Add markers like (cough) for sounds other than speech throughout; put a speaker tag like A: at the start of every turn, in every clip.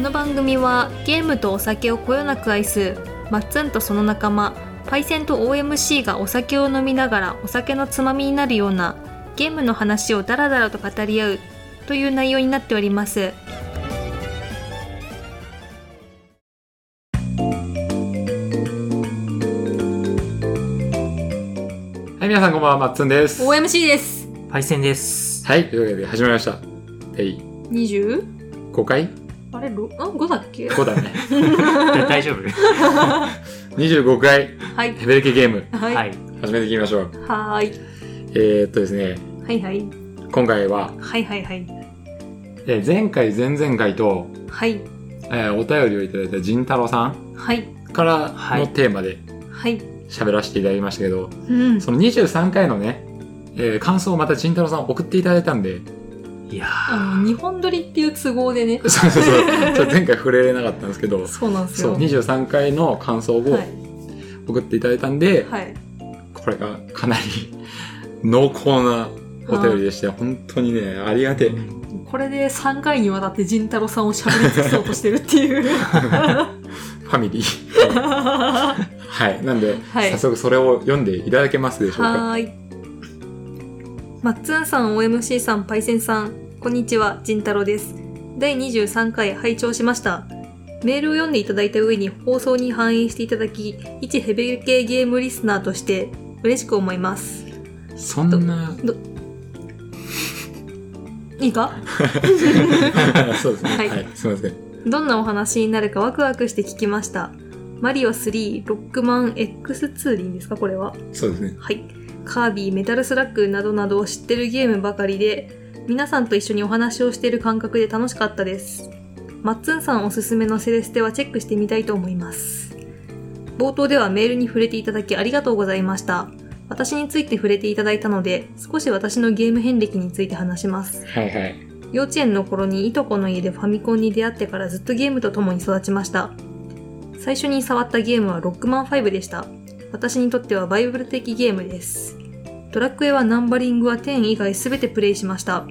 A: の番組はゲームとお酒をこよなく愛すマッツンとその仲間パイセンと OMC がお酒を飲みながらお酒のつまみになるようなゲームの話をダラダラと語り合うという内容になっております
B: はい、皆さんこんばんは、まっつんです。は
A: OMC です
C: パイセ
A: (laughs)
C: ンです。
B: い、というわけで始まりました。第
A: 20?
B: 5回
A: あれろあ5だっけ
B: ?5 だね。 (laughs)
C: 大丈夫
B: 25回、
A: はい
B: ヘベレケゲーム、
A: はい
C: は
A: はい
C: い。
B: 始めていきましょう。
A: はい
B: えー、っとですね、
A: はいはい
B: 今回は、
A: はいはいはい
B: えー前回、前々回と、
A: はい
B: えーお便りをいただいた仁太郎さん
A: はい
B: から
C: は
B: の
C: い
B: テーマで
A: はい
B: 喋らせていただきましたけど、
A: うん
B: その23回のね、えー感想をまた仁太郎さん送っていただいたんで、 (laughs)
C: いや
A: あの日本撮りっていう都合でね
B: そ
A: (laughs)
B: うそうそう、ちょっと前回触れれなかったんですけど、
A: そうなんです
B: そ
A: よ
B: う、23回の感想を
A: はい
B: 送っていただいたんで、
A: はい
B: これがかなり (laughs) 濃厚なお便りでして、本当にね、ありがてえ。
A: これで3回にわたって仁太郎さんをしゃべり尽くそうとしてるっていう
B: ファミリ
A: (laughs)
B: ー。
A: は
B: はい。なんで、
A: はい
B: 早速それを読んでいただけますでしょうか。
A: ーいマッツンさん OMC さんパイセンさんこんにちは仁太郎です第23回拝聴しましたメールを読んでいただいた上に放送に反映していただき一ヘベ系ゲームリスナーとして嬉しく思います
B: そんな、
A: いいか
B: (laughs) そうですね。
A: は
B: はいい、すみません。
A: どんなお話になるかワクワクして聞きましたマリオ3ロックマン X2 でいいんですかこれは
B: そうですね。
A: はい、カービィメタルスラックなどなどを知ってるゲームばかりで皆さんと一緒にお話をしている感覚で楽しかったですマッツンさんおすすめのセレステはチェックしてみたいと思います冒頭ではメールに触れていただきありがとうございました私について触れていただいたので少し私のゲーム遍歴について話します
B: はいはい。
A: 幼稚園の頃にいとこの家でファミコンに出会ってからずっとゲームと共に育ちました最初に触ったゲームはロックマン5でした私にとってはバイブル的ゲームですドラクエはナンバリングは10以外全てプレイしました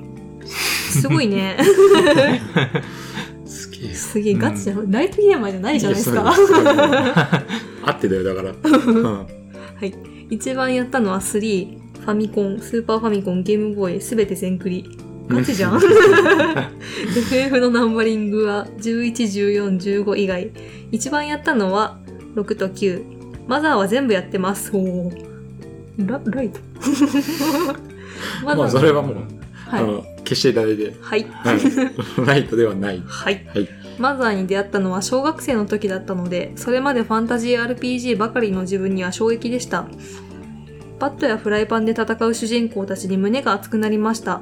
A: すごい
B: (laughs)
A: ね
B: 好き。
A: すげえガチじゃん、ライトゲーマーじゃないじゃないです
B: いや
A: か
B: そうですそうです合ってたよ、だから。うん
A: 一番やったのは3ファミコンスーパーファミコンゲームボーイ全て全クリガチじゃん FF のナンバリングは111415以外一番やったのは6と9マザーは全部やってますおーラライト (laughs) マ
B: (laughs) まあ、
A: ザ
B: そ
A: ー
B: れはもう、
A: は
B: あ
A: い
B: の、消していただいて、
A: はい (laughs)
B: はい。ライトではない。
A: はい、
B: はい
A: マザーに出会ったのは小学生の時だったのでそれまでファンタジー RPG ばかりの自分には衝撃でしたバットやフライパンで戦う主人公たちに胸が熱くなりました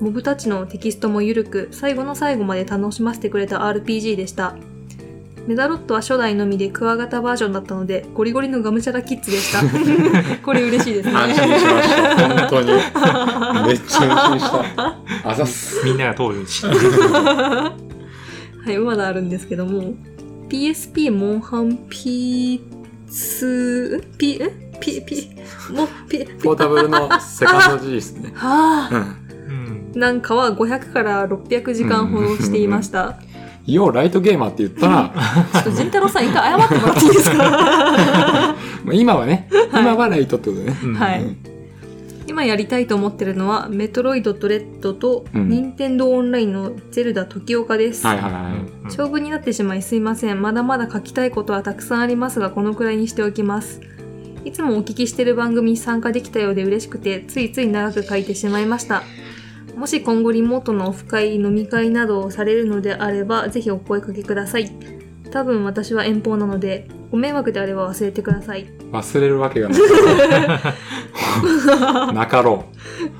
A: モブたちのテキストも緩く最後の最後まで楽しませてくれた RPG でしたメダロットは初代のみでクワガタバージョンだったのでゴリゴリのガムチャラキッズでした (laughs) これ嬉しいです
B: 安心し
A: ね
B: ました。本当に。め
A: (laughs)
B: っちゃ安心した。あざっす。
C: みんなが通る道。
A: (laughs) はい、まだあるんですけども、PSP モンハン P2、ん P、ん P、P、も、P、
B: ポータブルのセカンド G ですね。
A: は
B: うん。
C: うん。
A: ぁ。なんかは500から600時間ほどしていました。
B: ようライトゲーマーって言ったら、
A: ちょっと仁太郎さん一回謝ってもらっていいです
B: (laughs)
A: か
B: まあ今はね、今はライトってことね。
C: うん
A: は
B: う
A: い
B: ん
A: 今やりたいと思ってるのは、メトロイドドレッドと、
B: うん
A: 任天堂オンラインのゼルダ時岡です。
B: はいはい
C: うん
B: は
C: うん
A: 長文になってしまいすいませんまだまだ書きたいことはたくさんありますがこのくらいにしておきますいつもお聞きしている番組に参加できたようで嬉しくてついつい長く書いてしまいましたもし今後リモートのオフ会飲み会などをされるのであればぜひお声かけください多分私は遠方なのでご迷惑であれば忘れてください
B: い。忘れるわけがない。
C: (laughs)
B: なかろ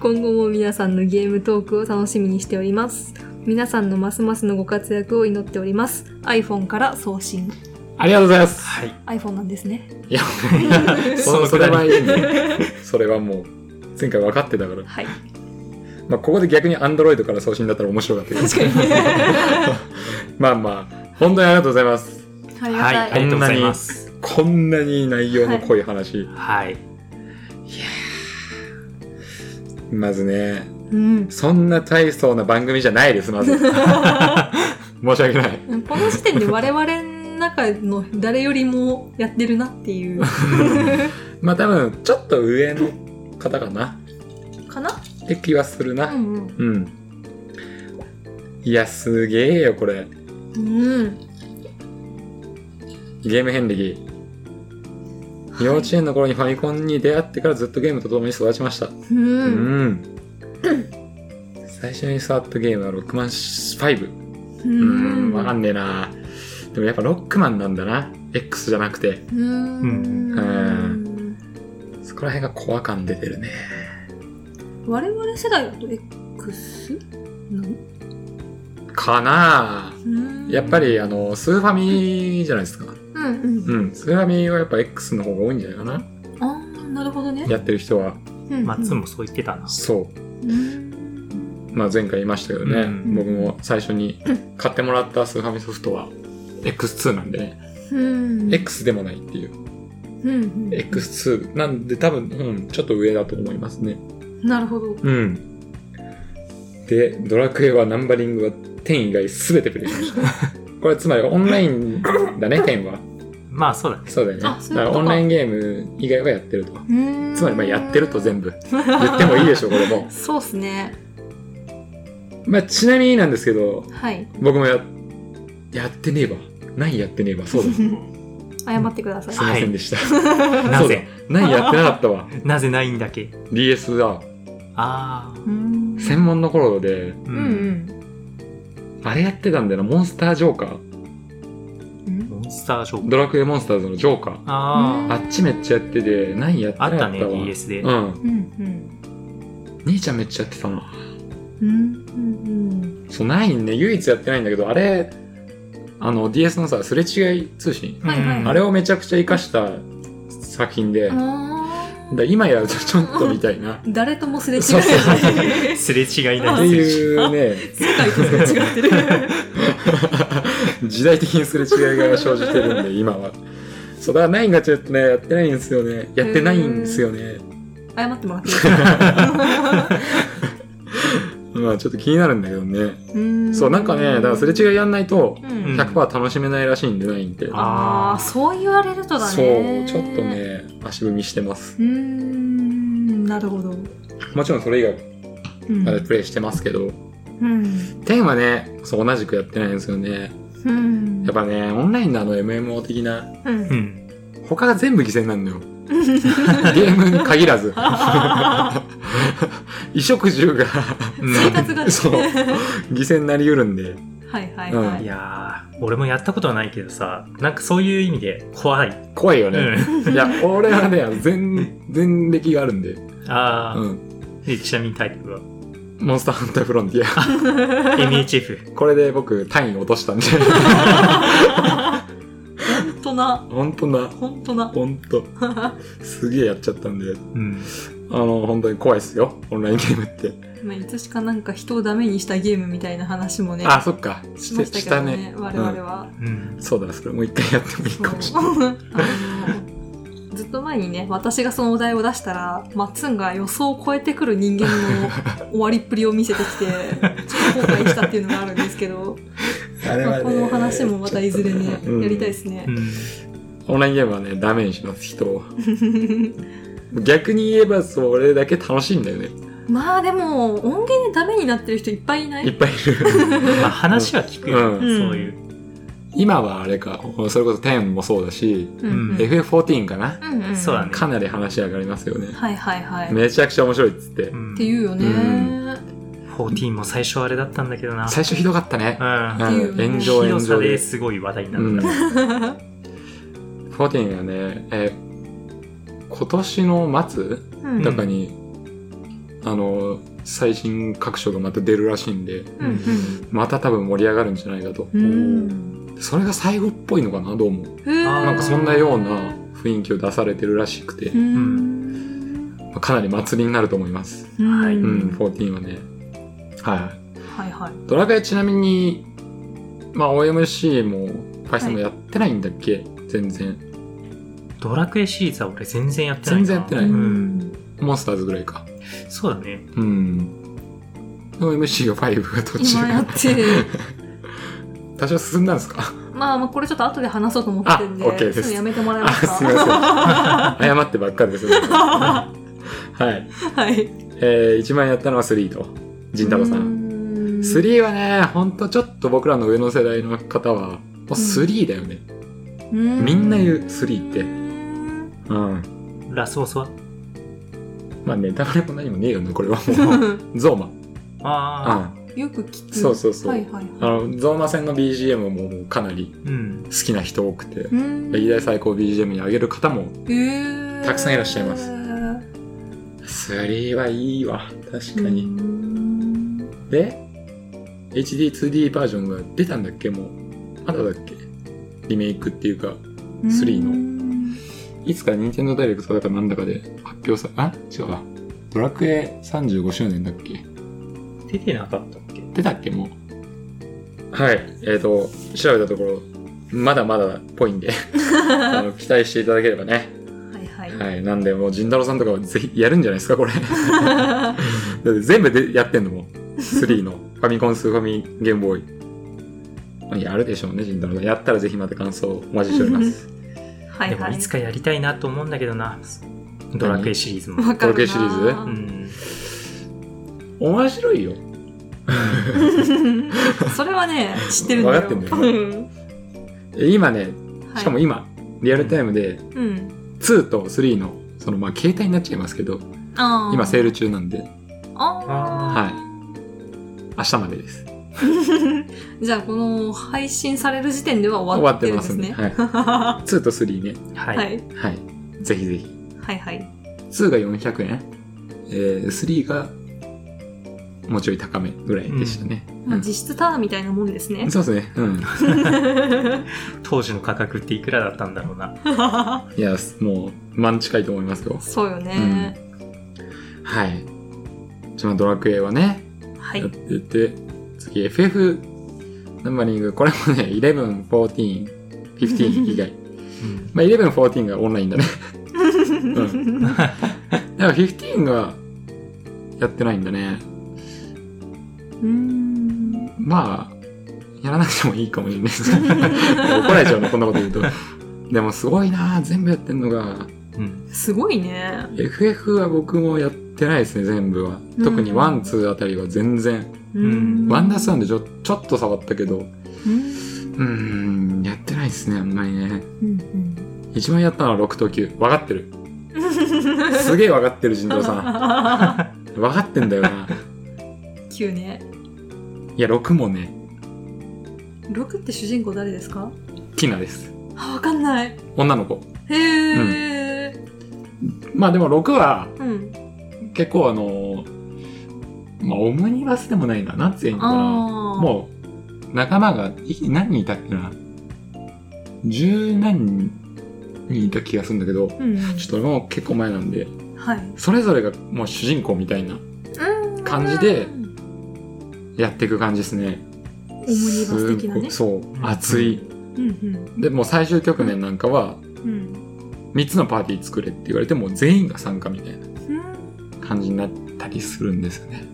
A: 今後も皆さんのゲームトークを楽しみにしております皆さんのますますのご活躍を祈っております iPhone から送信
B: う。ありがとうございます。
C: はい。
A: iPhone なんですね
B: いや、
C: (laughs) そ
B: そ
C: の
B: そ
C: く
B: れ
C: ら。
B: はいいいね。それはもう、前回分かってたから。
A: はい
B: まあ、ここで逆にアンドロイドから送信だったら面白かったけど。
A: 確かに
B: (laughs) まあまあ、本当にありがとうございます。
A: はい
C: はい。ありがとうございます。
B: こんなに内容の濃い話。
C: はい。
B: まずね、
A: うん。 (laughs)
B: そんな大層な番組じゃないです、まず。申し訳ない。
A: この時点で我々の中の誰よりもやってるなっていう
B: まあ多分、ちょっと上の方かな。
A: かな
B: って気はするな。
A: うんうん
B: うん。いや、すげえよ、これ。
A: うん
B: ゲーム遍歴。幼稚園の頃にファミコンに出会ってからずっとゲームと共に育ちました。
A: うん
B: うん。最初に触ったゲームはロックマン5。
A: う
B: うーん、わか
A: ん
B: んねえな。でもやっぱロックマンなんだな。X じゃなくて。
A: うん
C: うん
A: うん
B: そこら辺がコア感出てるね。
A: 我々世代だと X? なの
B: かなあ
A: うん
B: やっぱり、あの、スーファミじゃないですか。
A: うんうん
B: うん。スーファミはやっぱ X の方が多いんじゃないかな。
A: ああなるほどね
B: やってる人は。
A: うんうん
C: 松もそう言ってたな。
B: そう。
A: うん
B: まあ前回言いましたけどね、
C: うん
B: 僕も最初に買ってもらったスーファミソフトは X2 なんでね、
A: うん
B: X でもないっていう、
A: うんうん
B: X2 なんで多分、うん、ちょっと上だと思いますね。
A: なるほど
B: うん。で、ドラクエはナンバリングは10以外全てプレイしました。これつまりオンラインだね、10は。
C: まあそうだね。
B: そうだよね。だ
A: あそう
B: か
A: いう
B: ら
A: ことか
B: オンラインゲーム以外はやってると。つ
A: つ
B: まりまあやってると全
A: 部
B: 部言ってもいいでしょう、これ
C: (laughs)
B: も。
A: そうっすね
B: まあちなみになんですけど、
A: はい
B: 僕もや、やってねえば。何やってねえば。そう
C: (laughs)
B: だ。すい
A: 謝ってください
B: ませんでした。
C: なぜ
B: そうだ何やってなかったわ。
C: なぜないんだっけ
B: DS だ。
C: ああ。
A: うん
B: 専門の頃で、
C: う
A: うんうん
B: あれやってたんだよな。モンスタージョーカー。
A: うん
C: モンスターショー。
B: ドラクエモンスターズのジョーカー。
C: あ
A: うん
B: あっちめっちゃやってて、何やって
C: あ。あ
B: なかっ
C: ったた
B: わ。
C: ね、DS で。
B: うん。
A: うん
B: 兄ちゃんめっちゃやってたな。
A: うんうん
B: そう、ないね。唯一やってないんだけど、あれ、あの、DS のさ、すれ違い通信。
A: はいはい
B: あれをめちゃくちゃ活かした作品
A: う
B: で、だか
A: ん
B: ら今やるとちょっとみたいな。
A: 誰ともすれ違
B: そうそうそう
A: え
C: すれ違い
B: っ
C: な
B: て
C: いですよ。
B: いうね、
A: (laughs) 世界とすれ違ってる
B: 時代的にすれ違いが生じてるんで今はそうだから9がちょっとねやってないんですよねやってないんですよね
A: 謝ってもらっていいですか
B: まあちょっと気になるんだけどね
A: うん
B: (laughs) そうなんかねだからすれ違いやんないと
A: うん
C: うん
B: 100%楽しめないらしいんで9って
A: ああそう言われるとだね
B: そうちょっとね足踏みしてます
A: うーんなるほど、
B: もちろんそれ以外
A: うん
B: までプレイしてますけど
A: うん
B: 10はねそう同じくやってないんですよね
A: うん
B: やっぱねオンラインのあの MMO 的な
A: う
C: うんん。
B: 他が全部犠牲になるのよゲームに限ら
C: (laughs)
B: ず衣食住が
C: うん
A: 生活がね (laughs)
B: そう犠牲になりうるんで
A: はいはいはい
C: い
A: い、
C: やー、俺もやったことはないけどさ、なんかそういう意味で怖い。
B: 怖いよ
C: う
B: ね、
C: ん。
B: いや俺はね全前歴があるんで、
C: ああ、
B: うん、
C: でちなみにタイトルは
B: モンスターハンターフロンティ
C: MHF。
B: アこれで僕単位落としたんで
A: ほんとな
B: 本当な
A: ほんとな
B: 本当すげえやっちゃったんで
C: うん。
B: あの本当に怖いっすよオンラインゲームって、
A: (laughs) まあ、いつしかなんか人をダメにしたゲームみたいな話もね
B: あそっかし
A: しま
B: て
A: した
B: し
A: け
B: た
A: ど
B: ね
A: ね我々は、
C: うん。
B: そうだそれもう一回やってもいいかもし
A: (laughs)
B: れ
A: そうあのずっと前にね私がそのお題を出したらマッツンが予想を超えてくる人間
B: (laughs)
A: の終わりっぷりを見せてきてちょっと後悔したっていうのがあるんですけ
B: (laughs)
A: ど、
B: ないあれ
A: まあ、このお話もまたいずれね
B: うん
A: やりたいですね
C: う、ん。
B: オンラインゲームはね、ダメにします、人を。 (laughs) 逆に言えば、それだけ楽しいんだよね。
A: まあでも音源でダメになってる人いっぱいいない
B: いっぱいいる。 (laughs)
C: まあ話は聞くよ、
B: うん
C: そういう。
B: 今はあれか、それこそ10もそうだし、
A: うんうん
C: え
B: FF14 かな
A: うんうん
C: そうだね
B: かなり話上がりますよね。
A: はいはいはい、っ
B: めちゃくちゃ面白いっつって
C: う。ん
A: ていうよね、 (laughs)
B: うん
C: 14も最初あれだったんだけどな。
B: 最初ひどかったね
C: う。ん。
B: う
A: っ
B: ん
A: ていう
B: 炎上炎
C: 広さ
B: 上
C: で
B: です。
C: すごい話題に
B: う
C: なっ
B: ん
C: た。。
B: 14はね、え、今年の末
A: うん
B: とかに、あの、最新各所がまた出るらしいんで、
A: うん
B: また多分盛り上がるんじゃないかと。
A: うんうん
B: それが最後っぽいのかなどうも
A: へー
C: あー
B: なんかそんなような雰囲気を出されてるらしくて
A: う、ん
B: まあかなり祭りになると思います
C: はい
B: うん、
A: うん
B: 14はねはい
A: はいはい
B: ドラクエちなみにまあ OMC もパイセンもやってないんだっけ、全然
C: ドラクエシリーズは俺全然やってない
B: 全
C: な。
B: 然やってな
A: う
B: い
C: うん。
A: ん
B: モンスターズぐらいか
C: そうだね。
B: うん OMC が5が途中
A: 今やって
B: 多少進んだんですか
A: (laughs) まあまあこれちょっと後で話そうと思ってるん
B: あ OK
A: で
B: ですす
A: ぐやめてもらえ
B: あ
A: ます
B: す
A: か
B: み
A: は
B: ません謝ってばっかりですは
A: (laughs)
B: い、
A: い
B: えー、一番やったのは3と仁太郎さ
A: うんーん
B: 3はねほんとちょっと僕らの上の世代の方はもう3だよね、
A: うーん
B: みんな言う3ってうん
C: ラスボスは
B: まあネタバレも何もねえよねこれはも
A: (laughs)
B: うゾーマ
C: ああ、
B: うん
A: (laughs) よく聞く
B: そうそうそう
A: はいはい
B: あ
A: はい
B: のゾーマ戦の BGM ももうかなり
C: うん
B: 好。きな人多くて
A: うーん
B: 歴代最高 BGM に上げる方も
A: へー
B: たくさんいらっしゃいます
A: う
B: 3はいいわ確か
A: ー
B: に、
A: ん
B: で HD2D バージョンが出たんだっけもうまだだっけリメイクっていうか3の
A: の
B: いつか任天堂ダイレクトだかなんだかで発表さあ違うわドラクエ35周年だっけ
C: 出てなかったっけ
B: 出たっけもうはいえっ、と調べたところまだまだっぽ
A: (laughs)
B: いんであの期待していただければね
A: はいはい
B: はいなんでもう仁太郎さんとかはぜひやるんじゃないですか
A: (laughs)
B: これだって全部でやってんのも3のファミコンスーファミゲームボーイまあやるでしょうね仁太郎さんやったらぜひまた感想をお待ちしております
A: (laughs) はい
C: でも
A: はい
C: いつかやりたいなと思うんだけどな。ドラクエシリーズも。
A: わかるな
B: ドラクエシリーズ
C: うん。
B: 面白いよ
A: (laughs) それはね知ってるんだよ
B: わかってんだよえ今ねしかも
A: い
B: 今、リアルタイムで
A: うん
B: 2と3のそのまあ携帯になっちゃいますけど
A: あー
B: 今セール中なんで
A: あ
B: 明日までです
A: ーじゃあこの配信される時点では終
B: 終
A: わ
B: わ
A: っ
B: ってて
A: るん
B: ま
A: です
B: すんで
A: ね
B: はい、
A: (laughs) は
B: 2と3ね
C: はいい。
B: はいぜひぜひ
A: はいはい
B: 2が400円、えー、3がもうちょい高めぐらいでしたね、
A: まあ
B: うん
A: 実質ターンみたいなもんですね
B: そうですねうん
C: 当時の価格っていくらだったんだろうな。
B: いやもう万近いと思いますよ
A: (laughs) そうよね
B: はいじゃあまあドラクエはね
A: はい
B: やってて、次 FF ナンバリング、これもね、11、14、15以外。
A: (laughs)
C: うん。
B: まあ、11、14がオンラインだね。
A: (laughs)
B: んでも15がやってないんだね。
A: うん
B: まあ、やらなくてもいいかもしれないです。 (laughs) 怒られちゃうね、こんなこと言うと。でもすごいな全部やってんのが。
C: うん。
A: すごいね
B: FF は僕もやってないですね、全部は。特に
A: うん
B: 1、2あたりは全然。
A: うん
B: ワンダースワンでちょちょっと触ったけど、
A: うん
B: うーん、やってないですね、あんまりね。
A: うんうん
B: 一番やったのは6と9分かってるすげえ分かってる人道
A: (laughs)
B: さん分かってんだよな
A: 9ね
B: いや6もね
A: 6って主人公誰ですか
B: ティナです
A: あわかんない
B: 女の子
A: へえ
B: まあでも6は
A: うん
B: 結構あのまあオムニバスでもないななんて言うんかな
A: ああ
B: もう仲間がい何人いたっけな十何人いた気がするんだけど
A: う、うん
B: ちょっと俺も結構前なんで
A: はい
B: それぞれがもう主人公みたいな感じでやっていく感じですね
A: オムニバス的なね
B: すごいそう熱い、
A: うん
B: でもう最終局面なんかは
A: うんうん
B: 3つのパーティー作れって言われてもう全員が参加みたいな感じになったりするんですよね。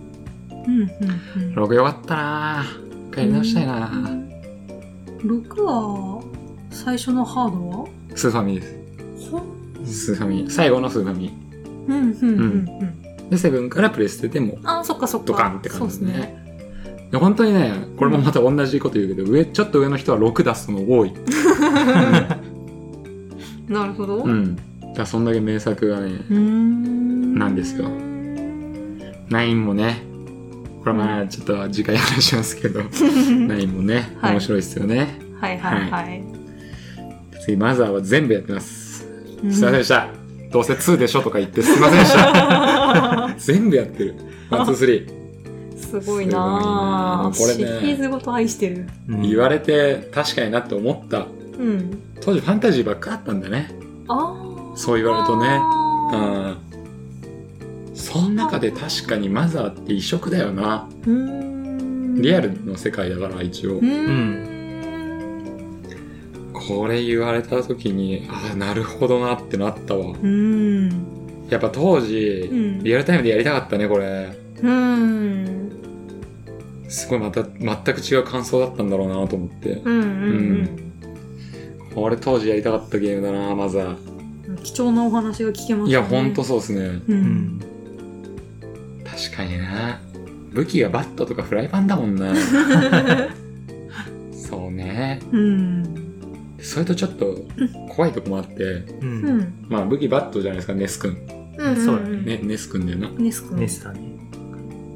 A: うんうんうん
B: ログよかったなぁ。もう一回やり直したいなぁ。
A: 6は最初のハードは
B: スーファミです。
A: ほ
B: スーファミ。最後のスーファミ。
A: うんうんうんうん
B: で、セブンからプレステでも
A: あそっかそっか
B: ドカンって感じです
A: そうっ
B: ね。で本当にね、これもまた同じこと言うけど、上、ちょっと上の人は6出すの多い。
A: すねなるほど
B: う。
A: うん
B: だからそんだけ名作がね、
A: ーん
B: なんです
A: (laughs)
B: よ9もね、これまあちょっと次回話しますけど、9もね、
A: はい
B: 面白いですよね。
A: はいはいはい
B: 次マザーは全部やってます
A: うん
B: すいませんでした、どうせ2でしょとか言ってすいませんでし
A: (laughs)
B: た全部やってる123
A: すごいな
B: すごいな
A: ぁ
B: これね
A: シリーズごと愛してる
C: うん
B: 言われて確かになって思った
A: うん
B: 当時ファンタジーばっかだったんだね
A: ああ
B: そう言われるとねう
A: ね
B: んその中で確かにマザーって異色だよな
A: うん
B: リアルの世界だから一応
A: う
C: うんん。
B: これ言われた時にああなるほどなってなったわ
A: うん
B: やっぱ当時
A: うん
B: リアルタイムでやりたかったねこれ
A: うん
B: すごいまた全く違う感想だったんだろうなと思って、
A: うんうん
B: これ当時やりたかったゲームだなまずは
A: うん。貴重なお話が聞けましたね。
B: いやほんとそうですね
A: う。
C: うんん。
B: 確かにな武器がバットとかフライパンだもん
A: (laughs)
B: なそうね
A: うん。
B: それとちょっと怖いとこもあって
C: う。
A: うんん。
B: まあ武器バットじゃないですかネス君
A: うん
C: そうだね
B: ね。ネス君だよな
A: ネス君。
C: でし
A: (laughs)
C: たね。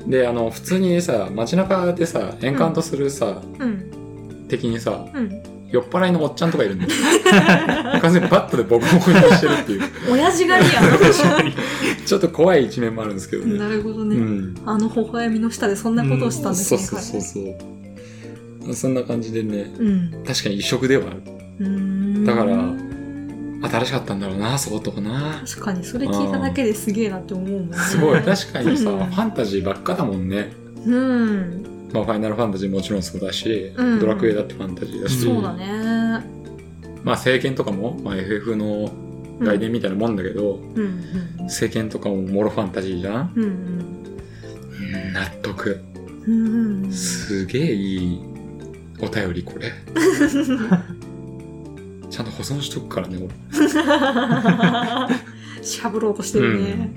B: であの普通にさ街中でさエンカウントするさ、
A: うん。
B: 敵にさ
A: うん。
B: 酔っ払いのおっちゃんとかい
A: (laughs)
B: るんだよ完全にバットでボコボコにしてるっていう
A: 親父狩りや
C: 確かに。
B: ちょっと怖い一面もあるんですけど
A: ん。
B: ね
A: なるほど
B: う
A: ね。
B: ん
A: あの微笑みの下でそんなことをしたんです
B: そう
A: ね。
B: そうそううそうそんな感じでね
A: うん。
B: 確かに異色ではある
A: うーん。
B: だから新しかったんだろうな相当な
A: 確かに、それ聞いただけですげえなって思うもんね。
B: す
A: (laughs)
B: ごい確かにさ、
A: うん
B: ファンタジーばっかだもんね
A: うん。
B: まあファイナルファンタジーもちろんそうだし、
A: うん
B: ドラクエだってファンタジーだし、
A: そうだね。
B: まあ聖剣とかも、まあ、FF の外伝みたいなもんだけど、
A: うんうん
B: 聖剣とかももろファンタジーじゃん、
A: うん。うん
B: うん納得
A: うん。うんうん。
B: すげえいいお便り (laughs) これちゃんと保存しとくからね俺
A: しゃぶろうとしてるね。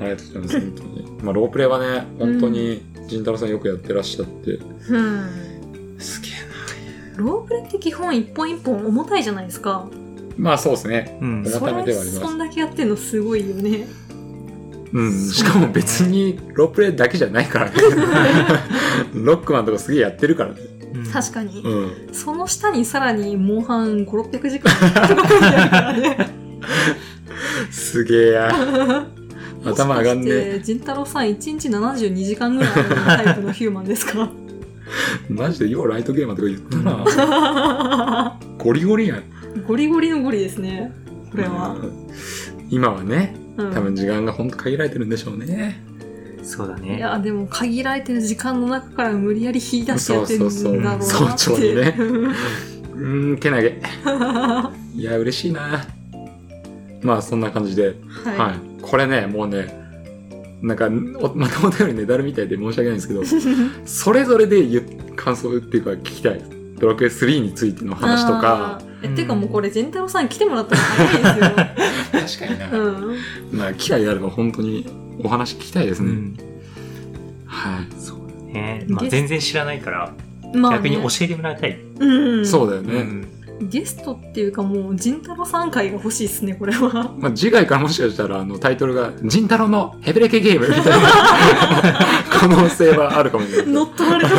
B: ありがとうございます、本当に。まあ、ロープレイはね、本当に、仁太郎さんよくやってらっしゃって。
A: うん。
B: すげえ
A: ロープレって基本一本一本重たいじゃないですか。
B: な。まあ、そうですね。
C: うん。
B: 重
A: そ
B: ためで
A: れ
B: はあります
A: そんだけやってんのすごいよね。
B: うん。しかも別に、ロープレイだけじゃない (laughs) からね。ロックマンとかすげえやってるからね。
A: 確かに。
B: うん。
A: その下にさらにモンハン5、600時間とか書いてあるからね。
B: すげえ (laughs) や。 (laughs) 頭上がん
A: もしかし
B: ね
A: て、仁太郎さん1日72時間ぐらいのタイプのヒューマンです
B: (laughs)
A: か
B: え。マジで、ようライトゲーマーとか言ったな。ゴリゴリやん。
A: ゴリゴリのゴリですね。これは。
B: うん今はね、
A: うん
B: 多分時間が本当限られてるんでしょうね。
C: そうだ
A: い
C: ね。
A: やでも限られてる時間の中から無理やり引い出してやってるんだろうなって
B: そうそうそう早朝にねうーん、け
A: (laughs)
B: なげ。
A: はい
B: や、嬉しいな。まあ、そんな感じで。
A: い、
B: はい、これねもうねなんかおまたお便りねだるみたいで申し訳ないんです
A: (laughs)
B: けどそれぞれで言う感想っていうか聞きたいドラクエ3についての話とか
A: あーえてかもうこれ善太郎さん来てもらったら早いで
B: 確かにな
A: す
B: (laughs)
A: よ、うん、
B: まあ機会があれば本当にお話聞きたいです
C: う
B: ね、
C: ん。
B: はい、
C: ねまあ、
A: ゲス
C: 全然知らないから、
A: まあ
C: 逆
A: ね、
C: に教えてもらいたい。
A: うん、
B: そうだよね、
C: うん。
A: ゲストっていうかもう仁太郎さん会が欲しいですねこれ
B: (laughs)
A: は
B: まあ、次回からもしかしたらあのタイトルが「仁太郎のヘベレケゲーム」みたいな (laughs) 可能性はあるかもしれな
A: 乗
B: い
A: っ取られてる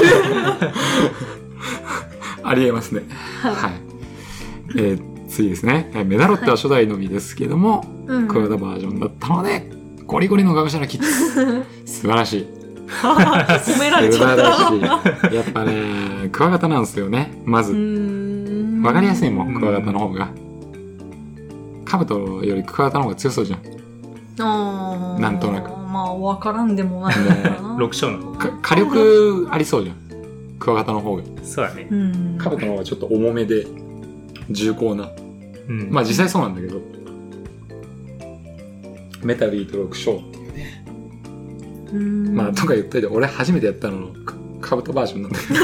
B: ありえますね
A: は
B: はい、えー次ですねえーメダロットは初代のみですけども、
A: い、うん
B: クワダバージョンだったので、ゴリゴリの学者のキッズ。素晴らしい。
A: 褒められ
B: 素
A: ちゃっ
B: 晴
A: た
B: らしい。やっぱね、クワガタなんですよね。まず。わ
A: わ
B: かりやすいも、
C: うんん
B: クワガタの方が。カブトよりクワガタの方が強そうじゃん。
A: あー
B: なんとなく
A: まあ分からんでもないのかな
C: 六章の
B: か火力ありそうじゃん。クワガタの方が。
C: そうだね
A: う。ん
B: カブトの方がちょっと重めで、重厚な。
C: うん。
B: まあ実際そうなんだけど。メタビーと6章っていうね。
A: うん
B: まあとか言っといて、俺初めてやったの、カカブトバージョンなんだけど。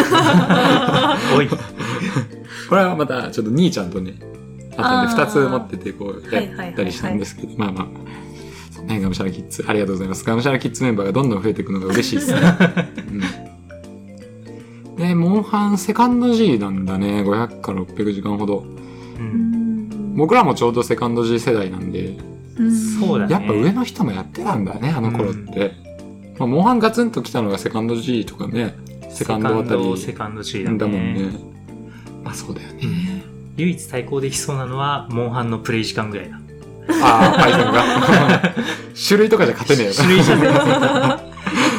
B: (laughs)
C: おい。
B: これはまたちょっと兄ちゃんとねあとね
A: あー
B: 2つ持っててこう
A: は
B: や
A: いはいはいはい
B: ったりしたんですけど、まあまあそんなにがむしゃらキッズありがとうございますがむしゃらキッズメンバーがどんどん増えていくのが嬉しいですね、うんでモンハンセカンド G なんだね500から600時間ほど
C: う
A: うんん
B: 僕らもちょうどセカンド G 世代なんで
A: うん
C: そうだね。
B: やっぱ上の人もやってたんだねあの頃って、まあ、モンハンガツンと来たのがセカンド G とかねセカンドあたり
C: セカンド C だ
B: だ
C: ね。
B: もんねまあそうだよね
C: 唯一対抗できそうなのは、モンハンのプレイ時間ぐらいだ。
B: ああ、パイセンが。 (laughs) 種類とかじゃ勝てね
C: 種類じゃ全然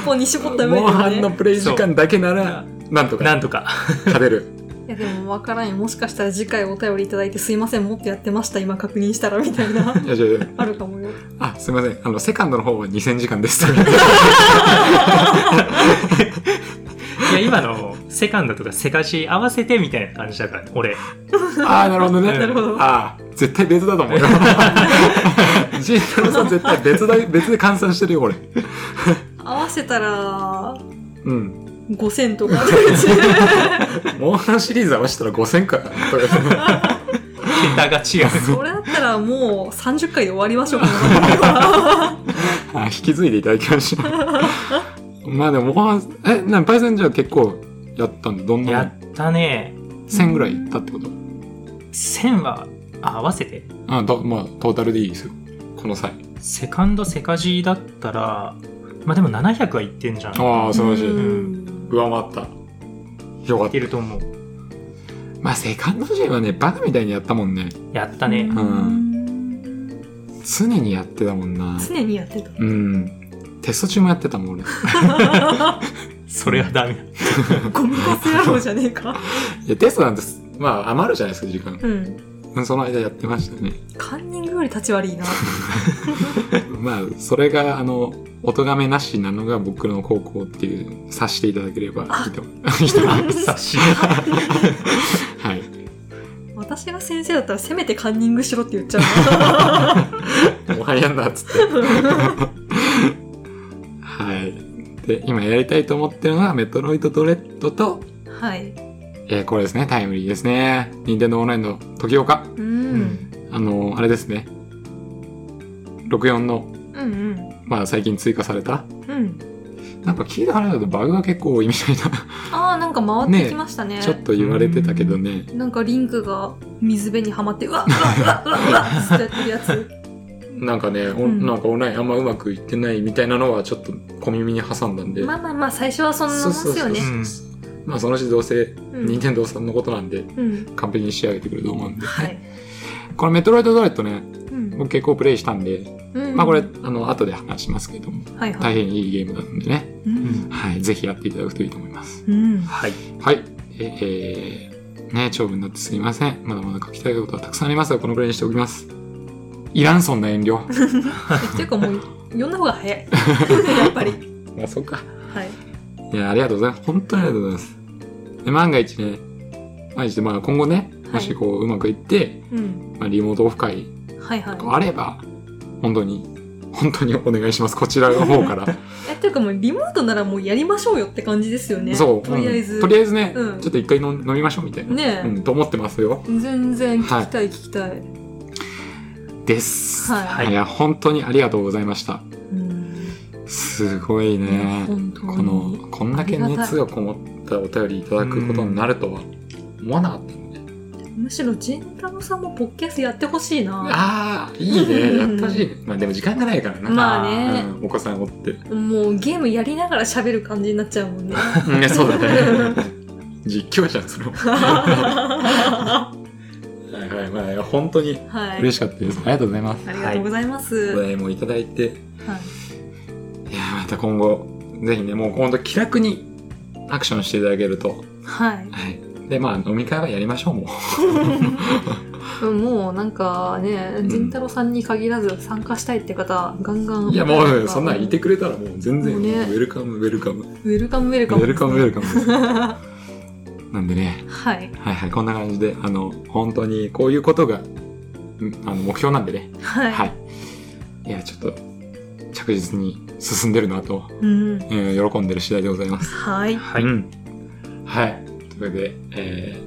A: 一本に絞った
B: えよ。
A: 上で、ね、
B: モンハンのプレイ時間だけなら、なんとか
C: なんとか。
B: 勝てる。
A: いやでも分からんよもしかしたら次回お便りいただいてすいませんもっとやってました今確認したらみたい
B: (laughs)
A: な
B: いや、じゃあ
A: あるかもよ
B: あ、すいません。あの、セカンドの方は2000時間 (laughs) です。
C: いや、今の、セカンドとかセカジ合わせてみたいな感じだから、ね、俺。
B: ああ、なるほど
A: (laughs)
B: ね。
C: なる
A: ほど
B: ああ、絶対別だと思 (laughs) うよ。ジータロさん絶対別だ、別で換算してるよ、俺。
A: 合わせたら
B: うん。
A: 5000とか
B: モンハンシリーズ合わせたら5000回とか
C: 桁が違う。
A: それだったらもう30回で終わりましょうこの番組は
B: あ引き継いでいただきま
C: (laughs)
B: したまあでもモンハンえなパイセンじゃあ結構やったんでど (laughs) ん
C: や
B: な
C: ったね。
B: 1000ぐらいいったってこと
C: 1000は、あ合わせて。
B: あだまあトータルでいいですよこの際
C: セカンドセカジーだったら、まあでも700はいってんじゃん。い
B: ああ素晴らしい
A: うん
B: 上回ったよかっ
C: け
B: た
C: ると思う。
B: まあセカンド J はねバカみたいにやったもんね
C: やったね。
A: うん
B: 常にやってたもんな
A: 常にやってた
B: うんテスト中もやってたもん俺
C: それはダメだ。
A: (laughs) ゴミかす野郎じゃねえか
B: いやテストなんてすまあ余るじゃないですか時間
A: うん
B: うんその間やってましたね
A: カンニングより立ち悪いな
B: まあそれがあのお咎めなしなのが僕の高校っていう察していただければいいと思います
C: 察し。
B: はい
A: 私が先生だったらせめてカンニングしろって言っち (laughs) ゃ
B: もはやんだっつって
A: うな
B: はいで今やりたいと思ってるのはメトロイドドレッドと、
A: はい
B: えーこれですねタイムリーですね任天堂オンラインの時岡
A: う
C: うんん。
B: あのあれですね64の
A: うんうん
B: まあ最近追加された
A: うん
B: なんか聞いた話だとバグが結構多いみたいな
A: ああなんか回ってきましたね
B: ちょっと言われてたけどね
A: なんかリンクが水辺にはまってうわっうわっうわっうわっつってやってるやつ
B: なんかね、お
A: うん
B: なんかオンラインあんまうまくいってないみたいなのはちょっと小耳に挟んだんで、
A: まあまあまあ最初はそんなもんですよね
C: そう
B: まあそのうちどうせ
A: うん
B: 任天堂さんのことなんで
A: うん
B: 完璧に仕上げてくると思うんで、
A: はい
B: このメトロイドドレッドね
A: うん
B: 僕結構プレイしたんで、
A: うん
B: まあこれ
A: は
B: あの後で話しますけども
A: いは
B: 大
A: い
B: 変いいゲームなのでね、
A: うん
B: はい、ぜひやっていただくといいと思います
A: うん
C: はい。
B: はいえー、ね長文になってすいませんまだまだ書きたいことはたくさんありますがこのくらいにしておきますいらんそんな遠慮
A: っていうかもう呼んだ方が早いやっぱり
B: まあそっか
A: はい
B: いや、ありがとうございます。本当にありがとうございます。で、万が一ね、万が一、まあ今後ね、
A: い
B: もしこう、うまくいって、
A: うん
B: まあ、リモートオフ会
A: はいはい
B: があれば、本当に、本当にお願いします。こちらの方から。
A: えっていうかもうリモートならもうやりましょうよって感じですよね
B: そう。
A: とりあえ
B: う
A: ず
B: んとりあえずね、
A: うん
B: ちょっと一回飲飲みましょうみたいな。
A: ねえ
B: うん、と思ってますよ。
A: 全然聞きたい聞きたい、
B: です。
A: はい
B: いや、本当にありがとうございました。
A: うん
B: すごい
A: ね
B: ね。
A: 本当に
B: この、こんだけ
A: ありがたい
B: 熱がこもったお便りいただくことになるとは思わなかった。
A: むしろジンタロさんもポッキャスやってほしいな
B: ああ、いいね。やってほしい。まあでも時間がないからな。
A: まあね
B: うんお子さんおって。
A: もうゲームやりながら喋る感じになっちゃう
B: (laughs)
A: もんね
B: いや、そうだね。
A: (laughs)
B: 実況じゃん、それも。
A: は
B: はいはい、まあいや、本当に
A: い
B: 嬉しかったです。ありがとうございます。
A: ありがとうございます、
B: お
A: はい
B: 題もいただいて。いや、また今後、ぜひね、もう本当気楽にアクションしていただけると。
A: はい
B: はい。で、まあ飲み会はやりましょう、もう。
A: もうなんかね
B: ん
A: 仁太郎さんに限らず参加したいって方ガンガン
B: いや、もう、そんなんいてくれたらもう全然、
A: もうね
B: ウェルカム、ウェルカム。ウ
A: ウェルカムウェルカム
B: ェルカム、ウェルカム。
A: は
B: なんで
A: い
B: ね、はいはい、こんな感じで、あの、本当にこういうことが、んあの、目標なんでね。
A: はい、
B: はい。いや、ちょっと、着実に進んでるなと、
A: うん
B: えー喜んでる次第でございます。
A: はい
C: はい。
B: うんはい。というわけで、え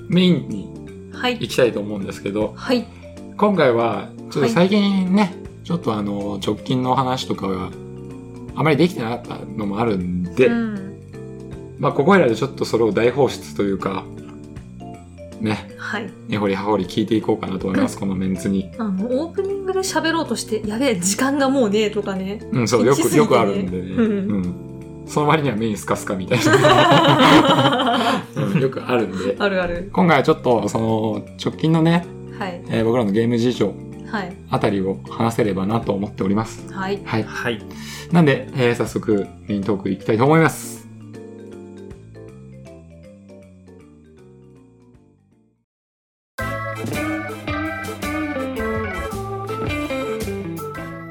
B: ーメインに
A: はい
B: 行きたいと思うんですけど、
A: はい
B: 今回は、ちょっと最近ね、ちょっとあの、直近の話とかが、あまりできてなかったのもあるんで、
A: うん
B: まあ、ここいらでちょっとそれを大放出というか、ね、
A: はい
B: 根掘り葉掘り聞いていこうかなと思います、このメンツに。
A: あのオープニングで喋ろうとしてやべえ時間がもうねえとか
B: (laughs)
A: ね
B: うん、そう、よ
A: 行き過ぎ
B: く、
A: てね
B: よくあるんでね。
A: う
B: うん。その割にはメインスカスカみたい (laughs) な。
A: あ
B: うんよくあるんで。
A: るある
B: 今回はちょっと、その、直近のね、
A: はい
B: えー僕らのゲーム事情
A: はい
B: あたりを話せればなと思っております。
A: はい
B: はい。
C: はい。
B: なんで、えー早速、メイントークいきたいと思います。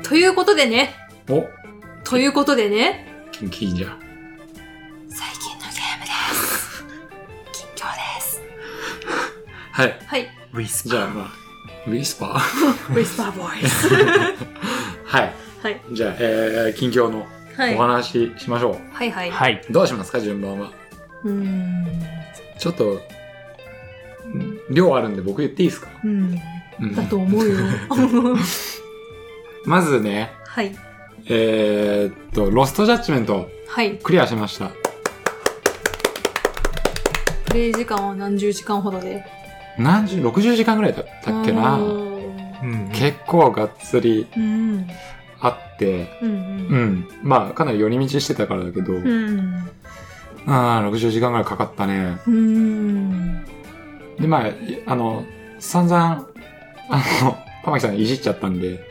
A: ということでね
B: お
A: ということでね
B: キンキンじゃ。
A: 最近のゲームです近況 (laughs) です
B: はい。
A: はい
C: ウィスパ
B: じゃあ、まあ、ウィスパー
A: ウィスパーボイス
B: (laughs) はい。
A: はい
B: じゃあ、えー近況の
A: はい
B: お話ししましょう、
A: はいはい。
C: はい。
B: どうしますか順番は
A: うーん。
B: ちょっと量あるんで僕言っていいですか、
A: うん。
B: うん
A: だと思 (laughs) うよ。
B: まずね
A: はい。
B: えーっとロストジャッジメント
A: はい。
B: クリアしました
A: プレイ時間は何十時間ほどで。
B: 何十60時間ぐらいだったっけな
A: うーん
C: うん
B: 結構がっつり
A: うん。
B: あって
A: うん。う。
B: うんんまあかなり寄り道してたからだけど、
A: うん。
B: ああ、60時間ぐらいかかったね。
A: うん。
B: で、まあ、いあの、散々、あの、玉木さんいじっちゃったんで、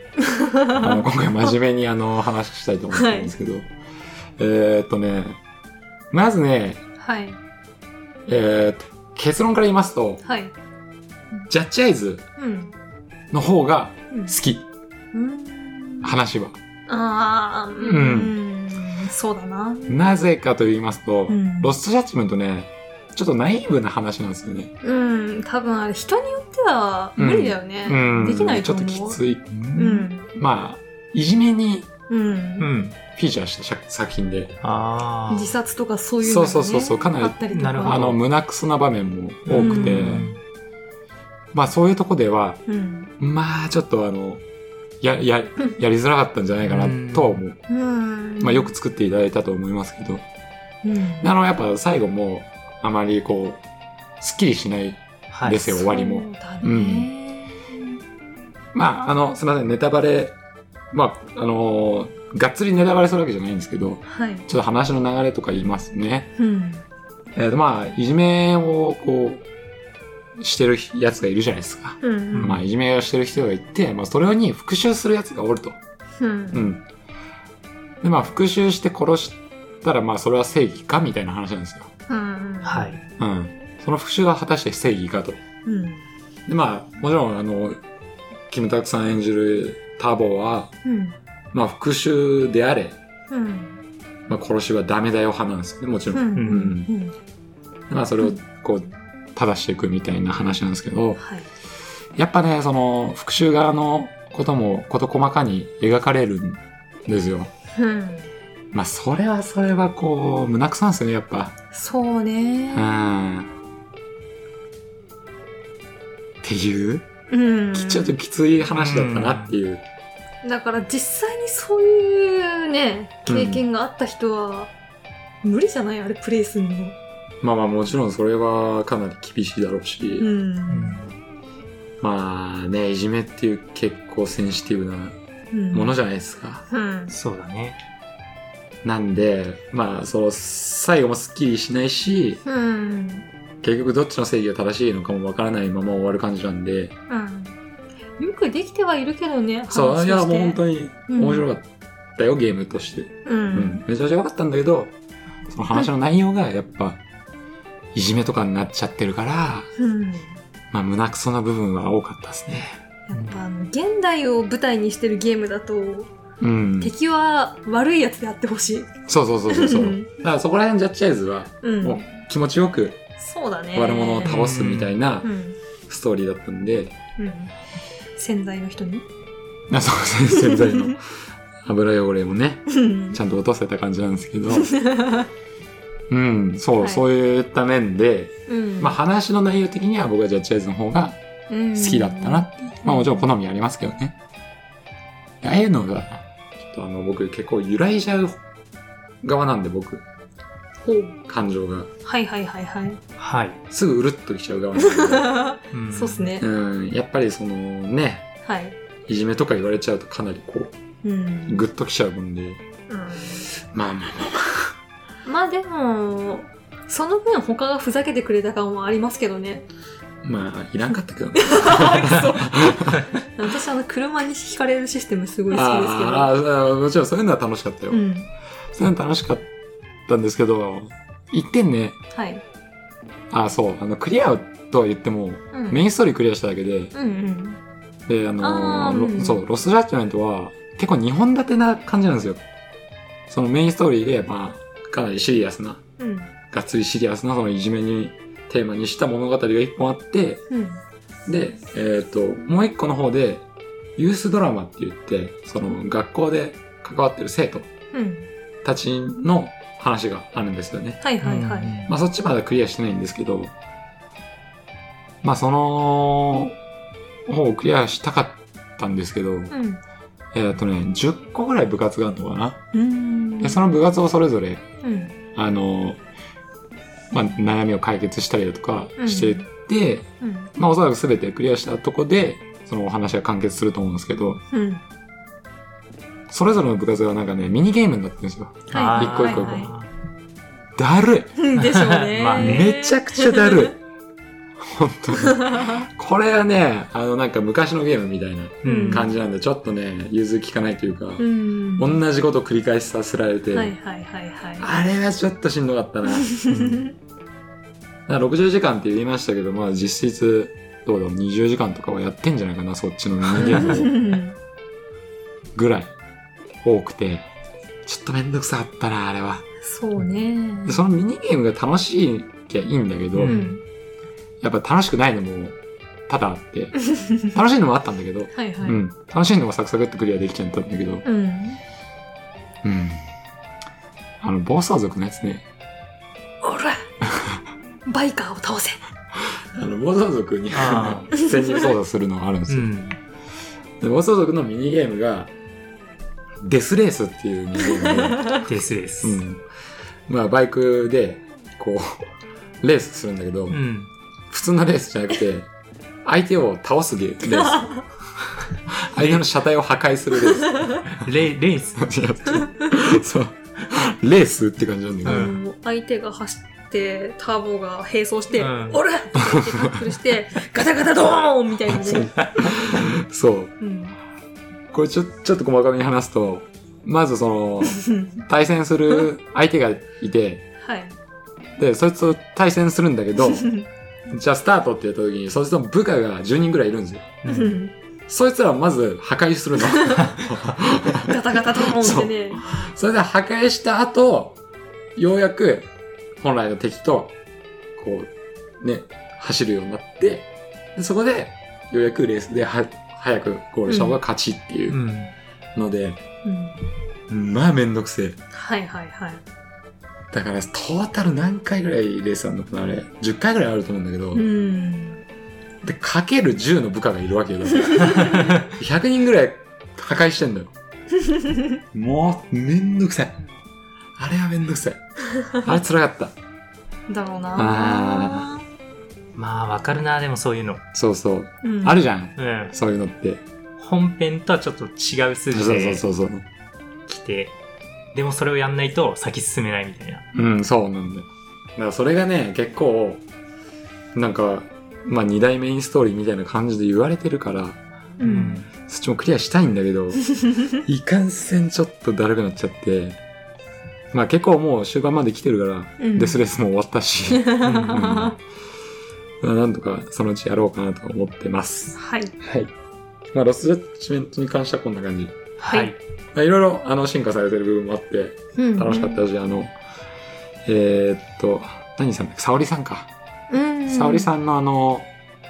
B: あ
A: (laughs)
B: の今回真面目にあの、話したいと思ってるんですけど、えーっとね、まずね、
A: はい。
B: えーっと、結論から言いますと、
A: はい。
B: ジャッジアイズ
A: うん。
B: の方が
A: うん
B: 好き、
A: うん。
B: 話は。
A: ああ、
B: う
A: うん。そうだな。
B: なぜかと言いますと、
A: うん
B: ロストジャッジメントね、ちょっとナイーブな話なんですよね。
A: うん。多分あれ、人によっては無理だよね。
B: うん。
A: できないと思う。
B: ちょっときつい。
A: うん。
B: まあ、いじめに
A: うん。
C: うん。
B: フィーチャーした作作品で、
C: ああ。
A: 自殺とかそういうの
B: そ
A: がね
B: うそうそうそうかなり
A: あったりとか
C: なるほど
B: あの、胸くそな場面も多くて、
C: うん
B: まあそういうとこでは、
A: うん
B: まあちょっとあの、や、や、やりづらかったんじゃないかなとは思う。
A: うん
B: まあよく作っていただいたと思いますけど、
A: うん
B: あの、やっぱ最後も、あまりこう、すっきりしない。
C: はい。
B: ですよ終わりも
A: そうだね
B: まあ、あの、すみません、ネタバレ、まあ、あのーがっつりネタバレするわけじゃないんですけど、
A: はい
B: ちょっと話の流れとか言いますね。
A: うん
B: えーとまあ、いじめをこう、してるやつがいるじゃないですか。
A: うん
B: まあ、いじめをしてる人がいて、まあ、それに復讐するやつがおると。
A: うん
B: うん。で、まあ、復讐して殺したら、まあ、それは正義かみたいな話なんですよ。
A: うん
C: はい。
B: うん。その復讐が果たして正義かと。
A: うん
B: で、まあ、もちろん、あの、キムタクさん演じるターボは、
A: うん
B: まあ、復讐であれ、
A: うん
B: まあ、殺しはダメだよ派なんですよね、もちろん。
A: うん
C: う。
B: うんん。
A: うん
B: まあ、それを、こう、正していくみたいな話なんですけ
A: は
B: ど、
A: い
B: やっぱね、その、復讐側のことも、こと細かに描かれるんですよ。
A: うん
B: まあ、それはそれはこう、胸くそなんですよね、やっぱ。
A: そうね
B: うん。っていう、
A: うん
B: きちょっときつい話だったなっていう。
A: だから実際にそういうね経験があった人は無理じゃないあれプレイするの
B: まあまあ、もちろんそれはかなり厳しいだろうし、
A: うん
B: まあね、いじめっていう結構センシティブな
A: うん
B: ものじゃないですか。
A: うん
C: そうだね。
B: なんで、まあ、その、最後もスッキリしないし、
A: うん
B: 結局どっちの正義が正しいのかもわからないまま終わる感じなんで、
A: うんよくできてはいるけどね
B: そう、いや、もう本
A: に
B: 当に面白かったよ、ゲームとして。
A: う
B: うんん、めちゃめちゃ良かったんだけど、その話の内容がやっぱ、いじめとかになっちゃってるから、
A: うん
B: まあ、胸くそな部分は多かったですね。
A: やっぱあの現代を舞台にしてるゲームだと
B: うん。
A: 敵は悪いやつであってほしい。
B: そうそうそうそうそうう。
A: ん
B: だからそこら辺ジャッジアイズは、
A: うん
B: もう気持ちよく
A: そうだね。
B: 悪者を倒すみたいな
A: うん。
B: ストーリーだったんで、
A: うん。潜在の人
B: (laughs)
A: に。
B: あそう洗剤の油汚れもね、
A: うん
B: ちゃんと落とせた感じなんです
A: (laughs)
B: けど、うん、そう、そういった面で、
A: うん。
B: まあ、話の内容的には僕はジャッジアイズの方が
A: うん
B: 好きだったなっていう、まあもちろん好みありますけどね。ああいうのが、ちょっとあの僕結構揺らいじゃう側なんで僕、
A: ほう。
B: 感情が。
A: はいはいはいはい。
C: はい。
B: すぐうるっときちゃう側なんで。
C: ん
A: そうっす。 (laughs) ね。
B: うん、やっぱりそのね、
A: はい。
B: いじめとか言われちゃうとかなりこ
A: うん。
B: う、ぐっときちゃうもんで、
A: うん
B: まあまあまあ。
A: まあでも、その分他がふざけてくれた感はありますけどね。
B: まあ、いらんかったけ
A: (laughs)
B: どね。
A: 私あの車に引かれるシステムすごい好きですけど。
B: あーあー、もちろんそういうのは楽しかったよ。
A: うん。
B: そういうの楽しかったんですけど、一点ね、
A: はい。
B: あーそう、あの、クリアとは言っても、
A: うん
B: メインストーリークリアしただけで、
A: うんうん。
B: で、あの
A: あー
B: ロ
A: うん
B: そう、ロストジャッジメントは、結構日本立てな感じなんですよ。そのメインストーリーで、まあ、かなりシリアスな、
A: うん。
B: がっつりシリアスな、そのいじめに、テーマにした物語が一本あって、
A: うん。
B: で、えっ、と、もう一個の方で、ユースドラマって言って、その学校で関わってる生徒
A: うん。
B: たちの話があるんですよね。
A: はいはいはい。
B: まあそっちまだクリアしてないんですけど、まあその方をクリアしたかったんですけど、
A: うん。
B: えっとね、10個ぐらい部活があるのかな。
A: うん。
B: で、その部活をそれぞれ、
A: うん。
B: あの、まあ悩みを解決したりだとかしてって、
A: うん。
B: まあおそらく全てクリアしたとこで、そのお話が完結すると思うんですけど、
A: うん。
B: それぞれの部活がなんかね、ミニゲームになってるんですよ。
A: はい
B: 一個一個
A: はい
C: 個。
B: だるい
A: うんでしょう
B: (laughs)
A: ね。。
C: まあね
B: めちゃくちゃだるい本当に。
A: (laughs)
B: これはね、あのなんか昔のゲームみたいな
A: うん
B: 感じなんで、ちょっとね、融通きかないというか、
A: (laughs) うん。
B: 同じことを繰り返しさせられて、
A: はいはいはいはい。
B: あれはちょっとしんどかったな。
A: うん
B: だから60時間って言いましたけど、まあ実質、どうだろう、20時間とかはやってんじゃないかな、そっちのミニゲームを
A: (laughs)
B: ぐらい多くて、ちょっとめんどくさかったな、あれは。
A: そうね。
B: でそのミニゲームが楽しいきゃいいんだけど、
A: うん。
B: やっぱ楽しくないのも多々あって、楽しいのもあったんだけど、
A: はいはい。
B: うん、楽しいのもサクサクっとクリアできちゃったんだけど、
A: うん。
B: うん。あの、暴走族のやつね。
A: おらバイカーを倒せ
B: あの、暴走族に
C: あ
B: (laughs) 潜入操作するのがあるんです
C: う
B: よ。
C: ん。
B: で暴走族のミニゲームが、デスレースっていうミニゲー (laughs) ムで、
C: ですです。
B: う
C: うん。
B: ん。まあ、バイクで、こう、レースするんだけど、普通のレースじゃなくて、相手を倒すゲ (laughs) ーレース。相手の車体を破壊するレース。
C: レレース。
B: いやそう。レースって感じなんだ
A: あ
B: けど、
A: の相手が走ってターボが並走して「
C: うん
A: おら!」って言ってタックルして「ガタガタドーン!」みたいなね、
B: そう。
A: うん、
B: これちょちょっと細かめに話すと、まずその、対戦する相手がいて、
A: はい
B: で、そいつと対戦するんだけど、じゃあスタートって言った時に、そいつの部下が10人ぐらいいるんですよ。
C: うん。
B: そいつらをまず破壊するの。
A: ガタガタドーンってね
B: それで破壊した後、ようやく本来の敵と、こう、ね、走るようになって、でそこで、ようやくレースでは早くゴールした方が勝ちっていううんので、
A: うん
B: まあめんどくせえ。
A: はいはいはい
B: だから、トータル何回ぐらいレースあるのかなあれ。10回ぐらいあると思うんだけど、
A: うん
B: で、かける10の部下がいるわ (laughs) けよ。だから100人ぐらい破壊してんだよ。もう、めんどくさい。あれはめんどくさい。あれ辛かった。
A: だろうなあ
C: まあ、わかるな、でもそういうの。
B: そうそう。
A: うん
B: あるじゃん。
C: うん。
B: そういうのって。
C: 本編とはちょっと違う
B: そ
C: 数
B: う
C: 字
B: そう
C: で
B: そうそう。
C: 来て、でもそれをやんないと先進めないみたいな。
B: うん、そうなんだよ。だからそれがね、結構、なんか、まあ二代メインストーリーみたいな感じで言われてるから、
A: うん。
B: そっちもクリアしたいんだけど、 (laughs) いかんせんちょっとだるくなっちゃって、まあ結構もう終盤まで来てるから、
A: うん
B: デスレースも終わっ
A: (laughs)
B: たし、うん
A: は
B: なんとかそのうちやろうかなと思ってます。
A: い
B: はい。まあロスジャッジメントに関してはこんな感じ。
A: はい
C: はい。
B: まあいろいろあの進化されてる部分もあって、楽しかったし、あの、えーっと、何さんだっけ、沙織さんか。
A: うん
B: 沙織
A: ん
B: さんのあの、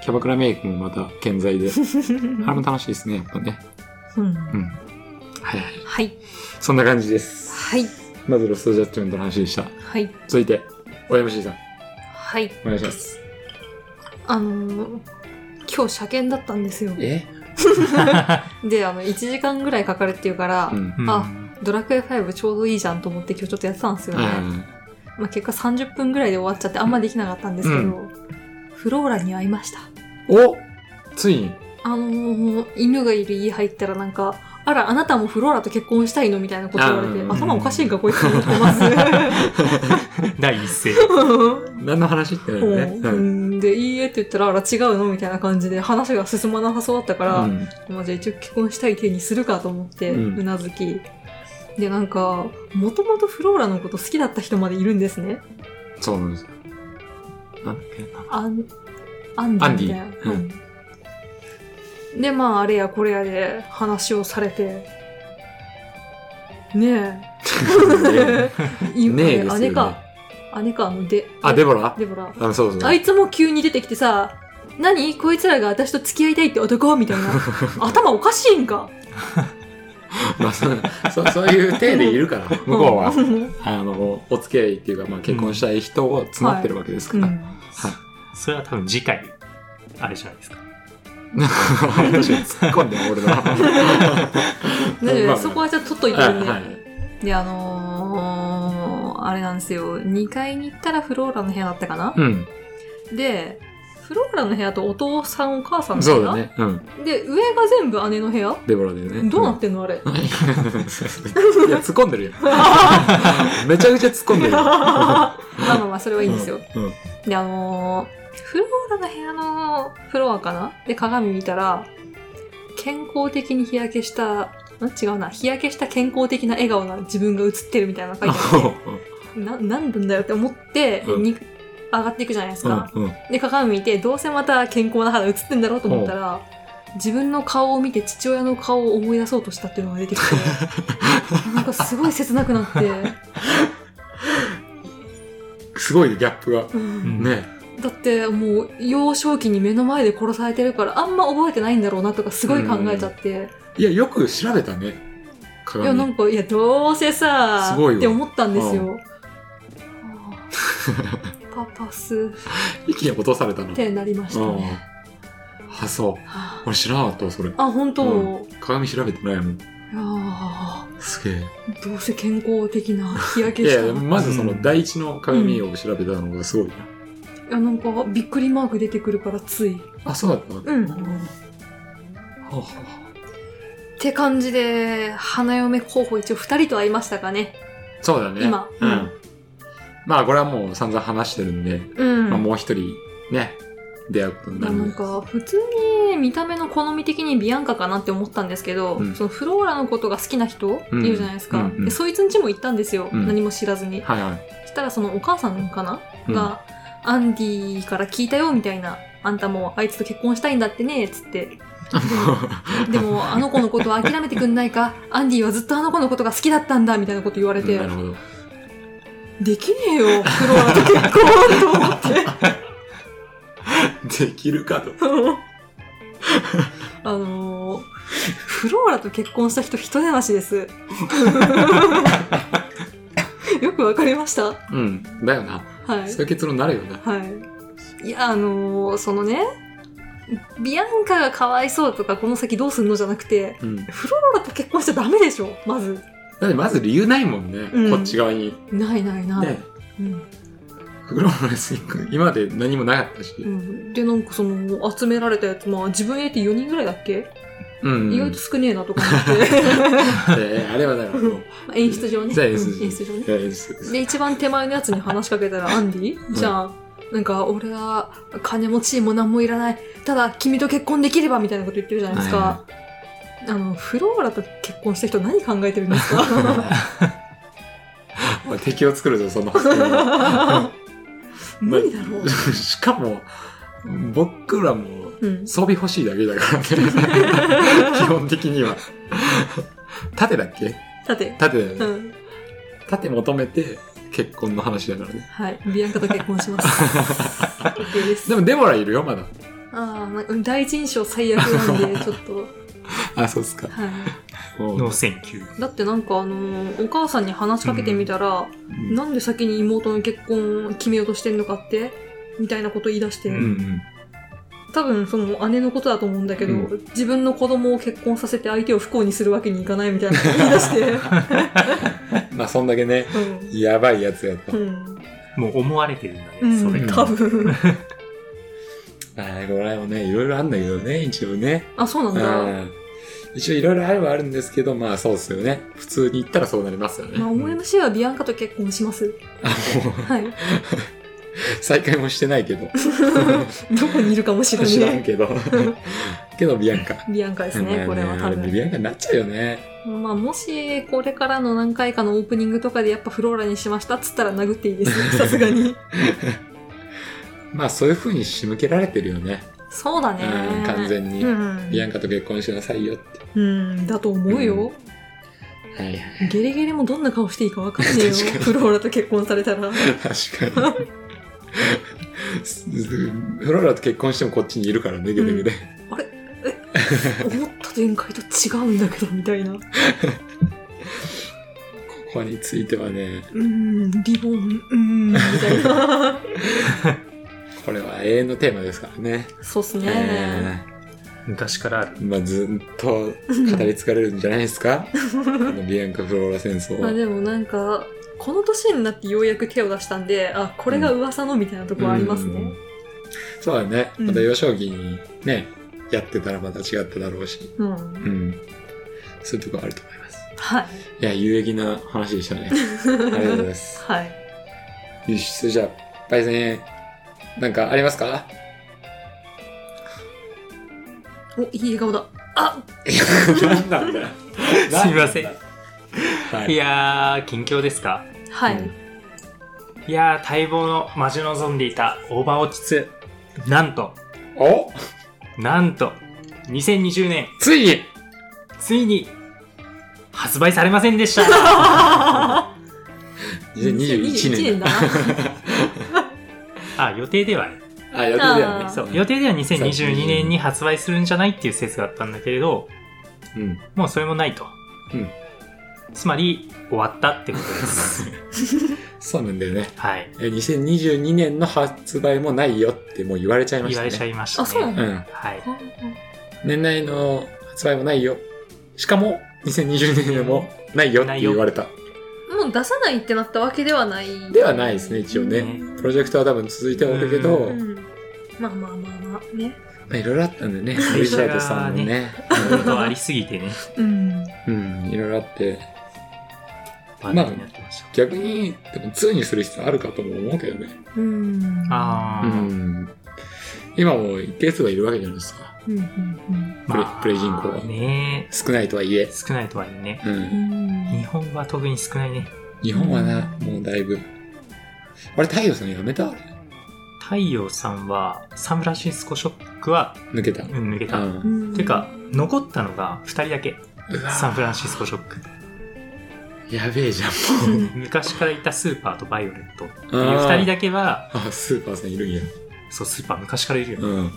B: キャバクラメイクもまた健在
A: (laughs)
B: で、あれも
A: は
B: 楽しいですね、やっぱね。うん。はいはい。
A: い
B: そんな感じです。
A: はい
B: まずロストジャッジメントの話でした。
A: はい
B: 続いて、OMC さん、
A: はい
B: お願いします。
A: あのー今日車検だったんですよ
B: え
A: であの1時間ぐらいかかるっていうから、
B: うん。
C: うん
A: あドラクエ5ちょうどいいじゃんと思って今日ちょっとやってたんですよね、まあ、結果30分ぐらいで終わっちゃってあんまできなかったんですけど、
B: う
A: フローラに会いました
B: おついに、
A: あのー犬がいる家入ったらなんかあらあなたもフローラと結婚したいのみたいなこと言われて
B: うん
A: 頭おかしいんかこいつ
B: (laughs)
A: と思ってます
C: (laughs) 第一声。
B: 何の話ってなるね。
A: う。んでいいえって言ったらあら違うのみたいな感じで話が進まなさそうだったから、
B: うん
A: まあ、じゃあ一応結婚したい手にするかと思って
B: うん
A: うなずき、でなんかもともとフローラのこと好きだった人までいるんですね
B: そうなんですよ。なんだっけ (laughs) な
A: アンアンディみたいな
B: アンディうん
A: うんでまああれやこれやで話をされてね (laughs) え今
B: ねえですよ、ね。
A: 姉か姉かあので
B: あ、デボラ
A: デボラ
B: あ、そうそう。
A: あいつも急に出てきてさ何
B: (laughs)
A: こいつらが私と付き合いたいって男みたいな頭おかしいんか
B: まあ、そ (laughs) んなそそういう体でいるから、向こうは、あの、お付き合いっていうか、まあ、結婚したい人を募ってるわけですか (laughs)
A: うん
B: ら。
C: それは多分次回、あれじゃないですか。
B: 確 (laughs) かに突っ込んでも俺ら。
A: 大丈夫
B: まあ
A: そこはじゃあ取っといて
B: は
A: る
B: い
A: んで。
B: はい。
A: で、あのー、あれなんですよ。2階に行ったらフローラの部屋だったかな、
B: うん。
A: で、フローラの部屋とお父さんお母さんの
B: そ
A: 部
B: うだ
A: 屋、
B: ね。うん。
A: で、上が全部姉の部屋
B: デボラでね。
A: どうなってんのあれ。
B: うんいや、突っ込んでるよ。めちゃくちゃ突っ込んでる
A: (laughs)
B: よ。
A: まあまあまあ、それはいいんですよ。
B: うん。うん
A: で、あのー、フローラの部屋のフロアかなで、鏡見たら、健康的に日焼けした、ん違うな、日焼けした健康的な笑顔な自分が映ってるみたいなの書いて
B: (laughs)
A: ある。な、なんなんだよって思って、
B: うん
A: に上がっていくじゃないですか。
B: うん。うん
A: で、鏡見て、どうせまた健康な肌映ってんだろうと思ったら、自分の顔を見て父親の顔を思い出そうとしたっていうのが出てき
B: (laughs)
A: て、なんかすごい切なくなって、
B: すごいねギャップが。
A: うん
B: ね。
A: だってもう幼少期に目の前で殺されてるからあんま覚えてないんだろうなとかすごい考えちゃって、
B: いや、よく調べたね。
A: いやな
B: 鏡。
A: んかいやどうせさ
B: すごいわ
A: って思ったんですよ、
B: う
A: あー (laughs) パパスっ
B: 一気に落とされたの。
A: てなりました
B: うん
A: ね、。
B: あ、そう。
A: は
B: 俺知らなかったわそれ。
A: ああ本当、
B: う
A: い
B: 鏡調べてないもん。
A: やー
B: すげえ。
A: どうせ健康的な日焼
B: い
A: けした
B: やいや、まずそうの
C: ん
B: 第一の鏡を調べたのがすごいな。
A: いやなんかびっくりマーク出てくるからついっ
B: あ、そうだったの
A: うん
B: はあはあ
A: て感じで花嫁候補一応2人と会いましたかね
B: そうだね。
A: 今
B: う
A: うんん。
B: まあ、これはもう散々話してるんで、
A: うん、
B: まあもう一人、ね、出会うことにな
A: な
B: る
A: ん
B: で。
A: か普通に見た目の好み的にビアンカかなって思ったんですけど、
B: うん
A: そのフローラのことが好きな人
B: うん
A: いるじゃないですか、
B: うんうん
A: でそいつん家も行ったんですよ、
B: うん
A: 何も知らずに
B: はいはい。
A: したらそのお母さんかな、
B: うん
A: がアンディから聞いたよみたいなあんたもあいつと結婚したいんだってねっつってでも
B: (laughs)
A: あの子のことは諦めてくんないかアンディはずっとあの子のことが好きだったんだみたいなこと言われて、
B: (laughs) なるほど。
A: できねえよフローラと結婚と思って
B: できるかと。
A: (laughs) あのーフローラと結婚した人人でなしです。 (laughs) よくわかりました。は
B: うん。だよな。
A: い
B: そう。いう結論になるよな。
A: はい。いや、あのーそのね、ビアンカがかわいそうとか、この先どうすんのじゃなくて、
B: うん。だ
A: フローラと結婚しちゃダメでしょ、まず。
B: ってまず理由ないもんね。
A: うん
B: こっち側に。
A: ないないない。
B: ね。
A: うん
B: フローラスに行く今まで何もなかったし。
A: うんで、なんかその、集められたやつ、まあ自分入れて4人ぐらいだっけ、
B: うん。
A: 意外と少ねえなとか思
B: (laughs)
A: って。
B: えーあれはだからもう、
A: まあ演出上ね。
B: そう
A: うん演
B: 演出上
A: 出上 (laughs) ね。
B: えーそう
A: で一番手前のやつに話しかけたらアンディじゃあ、なんか俺は金持ちも何もいらないただ君と結婚できればみたいなこと言ってるじゃないですか、
B: はいは
A: あのフローラと結婚した人何考えてるんです
B: (laughs)
A: か
B: おい敵を作るぞ、その発 (laughs) 想は
A: 無理だろう、
B: しかも、僕らも
A: うん、
B: 装備欲しいだけだ
A: (laughs)
B: からね。基本的には。盾だっけ
A: さて、
B: 盾だよ
A: う
B: ね。
A: ん、
B: 盾求めて結婚の話だからね。
A: はいビアンカと結婚します OK です
B: でもデボラいるよ、まだ。
A: ああなんか第一印象最悪なんでちょっと、
B: あ、そうっすか。
A: は
B: もう
C: ノーセンキュー。
A: い、だってなんかあのーお母さんに話しかけてみたら、
B: うん
A: なんで先に妹の結婚を決めようとしてんのかってみたいなこと言い出して、
B: うんうん。
A: 多分その姉のことだと思うんだけど、
B: う
A: 自分の子供を結婚させて相手を不幸にするわけにいかないみたいなこと言い出して、
B: まあ、そんだけね、やばいやつやと
A: う。ん、
C: もう思われてるんだね、
A: うん、
C: それ
A: うん、
C: が。
A: 多分
B: ああ、これもね、いろいろあるんだけどね、一応ね。
A: あそうなんだ、
B: うん一応いろいろあるはあるんですけど、まあそうですよね。普通に言ったらそうなりますよね。
A: まあ、OMC はビアンカと結婚します
B: あもう
A: はい
B: (laughs) 再会もしてないけど。
A: どこにいるかもしれ
B: 知ら
A: なんい (laughs)
B: けど。けどビアンカ。
A: ビアンカです
B: う
A: ね
B: ん
A: これは多
B: あビ
A: 分、
B: アンカになっちゃうよね。
A: まあ、もしこれからの何回かのオープニングとかでやっぱフローラにしましたっつったら殴っていいですさすがに
B: まあそういう風に仕向けられてるよね。
A: そうだね
B: うん完全に
A: うん
B: ビアンカと結婚しなさいよって。
A: うん、だと思うよ。
B: はいはい。
A: ゲレゲレもどんな顔していいかわかんねえよ。
B: (laughs) 確かに
A: フローラと結婚され
B: (laughs)
A: たら。
B: 確かに。 (laughs) フローラと結婚してもこっちにいるからね、ゲレゲレ。
A: あれえ思った展開と違うんだけどみたいなう
B: ここについてはね、
A: ーんリボンうーんみたいな
B: これは永遠のテーマですからね。
A: (laughs) そうっすね、
B: え
C: 昔からある。
B: ーまあ、ずっと語り継がれるんじゃないで
A: (laughs)
B: すかあのビアンカ・フローラ戦争
A: まあ
B: は。
A: でもなんかこの年になってようやく手を出したんであこれが噂のみたいなところあります
B: う
A: ね
B: ん。そうだね。
A: うん
B: また幼少期にね、やってたらまた違っただろうし。
A: うん、
B: うん。そういうとこあると思います。
A: はい
B: いや、有益な話でした
A: (laughs)
B: ね。ありがとうございます。
A: はい
B: よし、それじゃあ、パイセン、なんかありますか
A: おいい笑顔だあ
B: 何なん (laughs) だよ。
C: すみません
B: はい。
C: いやー、近況ですか
A: はい、
B: うん
C: いやー、待望の待ち望んでいたオーバーオチ2。なんと、
B: お
C: なんと、2020年、
B: ついに
C: ついに、発売されませんでした
A: (laughs)
B: 2021
A: 2021
B: 年
A: だ (laughs) な
C: あ、予定ではね。
B: あ、予定だよね。
A: あー
C: そう、予定では2022年に発売するんじゃないっていう説があったんだけれど、
B: うん。
C: もうそれもないと。
B: うん
C: つまり、終わったってこ
A: (laughs)
C: とです。
B: そうなんだよね。
C: はい。
B: え2022年の発売もないよってもう言われちゃいまし
C: 言
B: た
C: わ
B: ね。
C: れちゃいました、
A: あ
C: ね。
A: そうなの
B: うん。
C: はい。
B: 年内の発売もないよ。しかも、2020年もないよって言われた。
A: もう出さないってなったわけではない
B: ではないですね、一応ね。
C: ね
B: プロジェクトは多分続いてはおるけど、
C: う
A: うん、まあまあまあまあね
B: まあ、いろいろあったんだよね。
C: 社がね
B: リチャードさんもね。
C: いろいろありすぎて
B: (laughs)
C: ね、
A: うん
B: うん、いろいろあって。
C: 話題になってました。
B: 逆に、でも2にする必要あるかとも思うけどね。
A: うん
C: あ
B: う
C: ー
B: ん。今も一定数がいるわけじゃないですか。
A: うんうん
B: プレプレイ人口は
C: ね
B: 少ないとはいえ。
C: 少ないとはいえね。
B: う。
A: うんん
C: 日本は特に少ないね。
B: 日本はな、もうだいぶ。あれ、太陽さんやめたあれ
C: 太陽さんは、サンフランシスコショックは、
B: 抜けた。
C: うん、抜け
B: う
C: た。
B: ん。
A: うん
C: てか、残ったのが2人だけ。
B: うわ
C: サンフランシスコショック。
B: やべえじゃん、
A: う
B: もう。
A: ん
C: 昔からいたスーパーとバイオレットっていう
B: あー
C: 2人だけは、
B: あ、スーパーさんいるんや。
C: そう、スーパー昔からいるよね。
B: うん。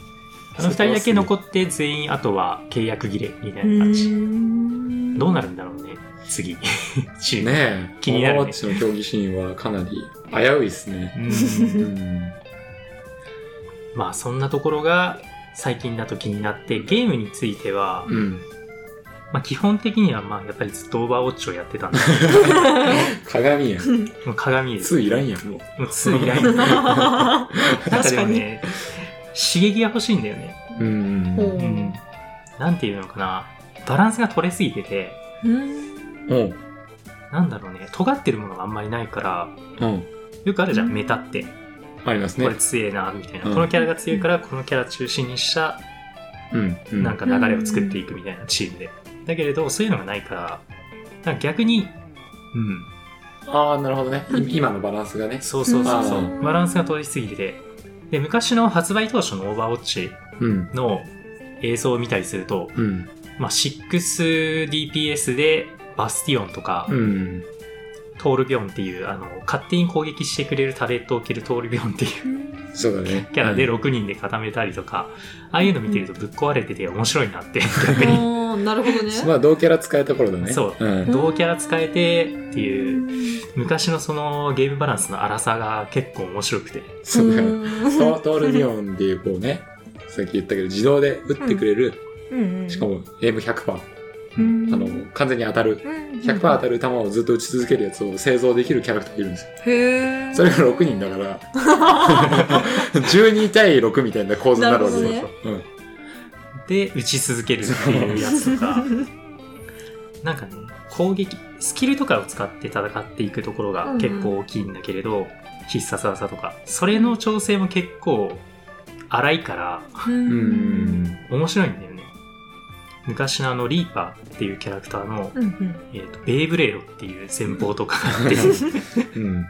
C: あの2人だけ残って、全員あとは契約切れみたいな感じ。
A: ん
C: どうなるんだろうね、次。 (laughs) チーム。
B: ねえ。
C: 気になるね
B: オーバーウォッチの競技シーンはかなり危ういですね。
C: うん
B: うん。
C: まあそんなところが最近だと気になってゲームについては、
B: うん。
C: まあ、基本的にはまあやっぱりずっとオーバーウォッチをやって (laughs) たんで
B: 鏡やん。
C: もう鏡です
B: 2いらんやん、もう。
C: もう2以来 (laughs) のなんかでもね刺激が欲しいんだよね、
A: ほ
B: うん。
A: う
C: うん、なんていうのかなバランスが取れすぎてて
A: うん
B: うん。
C: なんだろうね尖ってるものがあんまりないから
B: うん。
C: よくあるじゃ
A: う
C: ん、
A: ん
C: メタって
B: あります
C: こ
B: ね
C: れ。強えなみたいな、
B: うん
C: このキャラが強いからこのキャラ中心にした
B: うん。う
C: なんか流れを作っていくみたいなチームで。だけれど、そういうのがないから、なんか逆に、うん、
B: ああ、なるほどね。い今のバランスがね。
C: そうそうそうそうう、
A: ん
C: バランスが取りすぎてて、で、昔の発売当初のオーバーウォッチ
B: うん。
C: の映像を見たりすると、
B: うん。
C: まあ、6DPS で、バスティオンとか、
B: うん。
C: トールビョンっていう、あの、勝手に攻撃してくれるタレットを切るトールビョンっていう
B: そうだね。
C: キャラで
B: うん
C: 6人で固めたりとか、ああいうの見てるとぶっ壊れてて面白いなって、逆に。
A: あーなるほどね
B: まあ、同キャラ使えた頃だね。
C: そう
B: うん。
C: 同キャラ使えてっていう昔のそのゲームバランスの荒さが結構面白くて
B: そうだよ。
A: そ
B: トトールビオンっていうこうね、さっき言ったけど、自動で撃ってくれる、
A: うん
B: しかもエイム100%、
A: うん
B: あの、完全に当たる、100%当たる球をずっと打ち続けるやつを製造できるキャラクターがいるんですよ。
A: へえ
B: それが6人だから、12対6みたいな構図になるわけです
A: な
B: よ
A: る。
B: うん
C: で打ち続けるっていうやつと (laughs) かなんかね攻撃スキルとかを使って戦っていくところが結構大きいんだけれど、必殺技とかそれの調整も結構荒いから
A: う
B: うんん。
C: 面白いんだよね昔のあのリーパーっていうキャラクターの、
A: うんうん
C: えー、とベイブレードっていう戦法とかがあ (laughs) って
B: うん。
C: もう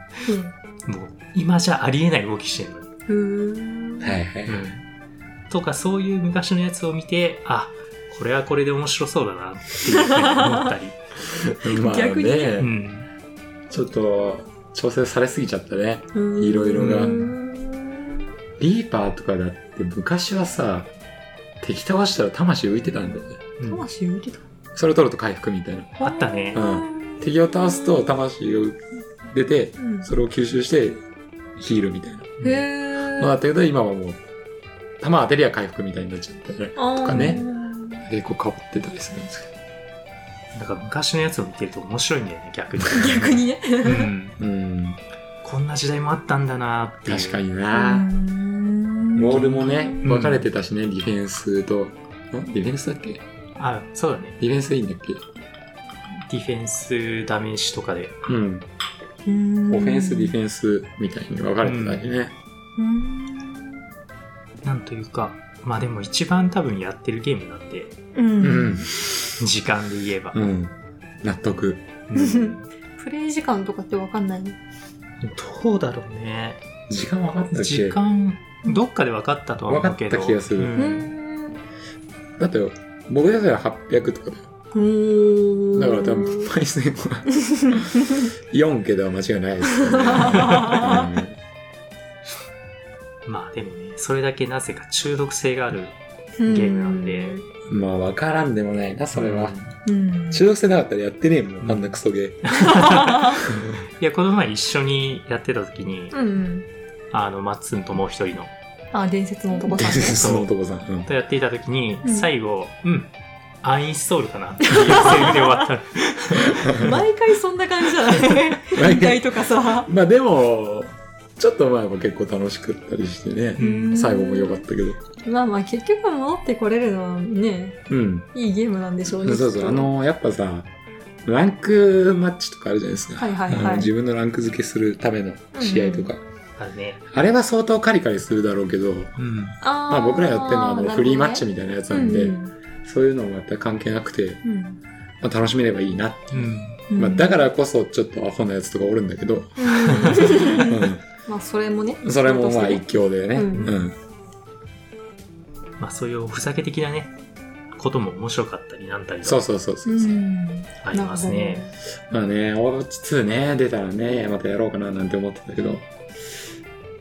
C: 今じゃありえない動きしてるのに、
A: うんへー
B: はいはい。
C: とかそういう昔のやつを見てあこれはこれで面白そうだなっていうふうに思
B: (laughs) ま
C: ったり、
B: あ
A: 逆に
B: ね
C: うん、
B: ちょっと、調整されすぎちゃったね。
A: うん
B: いろいろ
C: が
A: うん
B: リーパーとかだって昔はさ、敵倒したら魂浮いてたんだよね。
C: うん
A: 魂浮いてた。
B: それ取ると回復みたいな。
C: あったね
B: う。敵を倒すと魂が出て、
A: うん
B: それを吸収してヒールみたいな。
A: へ
B: まあ、だ
A: え。
B: ったけど、今はもう、弾当てりゃ回復みたいになっちゃってね。
A: あー
B: とかね。結構かぶってたりするんですけ
C: なんか昔のやつを見てると面白いんだよね、逆に。
A: 逆にね。
C: うん。
B: ど。うん。
C: こんな時代もあったんだなっていう。
B: 確か
C: に。
B: に
A: うー
B: な。
A: ん
B: モールもね、
C: ん
B: 分かれてたしね、ディフェンスと、んディフェンスだっけデ
C: あ、そうだね。
B: ィフェンスでいいんだっけ
C: ディフェンス、ダメージとかで。
B: うん。
A: うーん
B: オフェンス、ディフェンスみたいに分かれてたりね。
A: うーん
C: なんというか、まあでも一番多分やってるゲームなんで、
A: うん
B: うん。
C: 時間で言えば。
B: うん。納得。
C: うん
A: プレイ時間とかってわかんないの
C: どうだろうね。
B: 時間分かったっ
C: 時
B: け
C: 間、どっかで分かったとは思うけ
B: 分
C: ど。
B: かった気がする
A: う
C: うん
A: ーん
B: だって、僕やったら800とかだよ。
A: おー
B: だから多分、パイセンは4桁は間違いないですよ (laughs) ね。
C: まあでもね、それだけなぜか中毒性がある。ゲームなんで
B: うんまあ、分からんでもないな、それは。
A: うん
B: 中毒性なかったらやってねえもん、あんなクソゲ
A: (laughs)
B: ー。
C: いや、この前一緒にやってた時に、
A: うん
C: あの、マッツンともう一人の、
A: あ伝説の男さ
B: 伝
A: ん
B: (laughs)
A: ね
B: 説の男さん。うん
C: とやっていた時に、
A: うん
C: 最後、うん、アンインストールかなっていうセリフで終
A: (laughs)
C: わった。
A: 毎回そんな感じじゃない
B: 毎回
A: 引退とかさ
B: まあでも、ちょっと前も結構楽しかったりしてね。
C: うん
B: 最後も良かったけど。
A: たまあまあ結局戻ってこれるのはね
B: うん。
A: いいゲームなんでしょうね
B: そうそう。あの、やっぱさ、ランクマッチとかあるじゃないですか。
A: はいはいはい
B: あの自分のランク付けするための試合とか。
C: あのね。
B: あれは相当カリカリするだろうけど、
C: うん。
A: ま
B: まあ僕らやってるのはあのフリーマッチみたいなやつなんで、
A: うん
B: そういうのも全く関係なくて、
A: うん
B: まあ、楽しめればいいな。
C: うん。
A: うん
B: まあだからこそちょっとアホなやつとかおるんだけど、
A: うん
B: (laughs) う
A: まあそれもね
B: ん、それもまあ一興でね。
A: うん
B: うん
C: まあそういうおふざけ的なね、ことも面白かったりなんたりと
B: そうそうそうそうう。
A: ん
C: ありますね。
B: まあね、オーバーウォッチ2ね、出たらね、またやろうかななんて思ってたけど、ち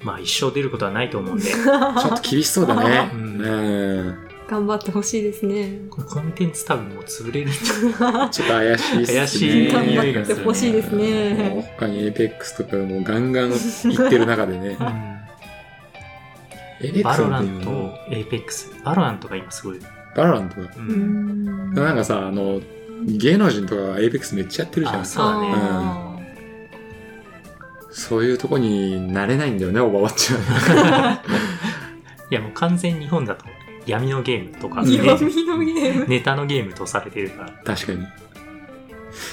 C: まあ一生出ることはないと
A: (laughs)
C: 思うんで、
B: ょっと厳しそうだ
C: (laughs)
B: ね。
C: う
B: うんん。
A: 頑張ってほしいですね。
C: このコンテンツ多分もう潰れるんじゃ
B: ちょっと怪しいっすね。
C: 怪しい匂いがするね頑張ってほしい
A: ですね
B: もう他にエイペックスとかもうガンガン行ってる中で
C: (laughs)
B: ね。
C: ない
B: エイペック
C: バ
B: ス
C: ロ
B: な
C: ラ
B: んていう
C: ン
B: の
C: とエイペックス。バロラントが今すごい。
B: バロラントが。
C: う。
A: うんん
B: なんかさ、あの、芸能人とかエイペックスめっちゃやってるじゃん。
C: あ
B: そ
C: そうだね
A: あ
B: ういうとこになれないんだよね、オーバーウォッチは。
C: いやもう完全に日本だと闇のゲームとか、
A: ー
C: ね、
A: 闇のゲーム。
C: ネタのゲームとされて
B: (laughs)
C: るから。
B: 確かに。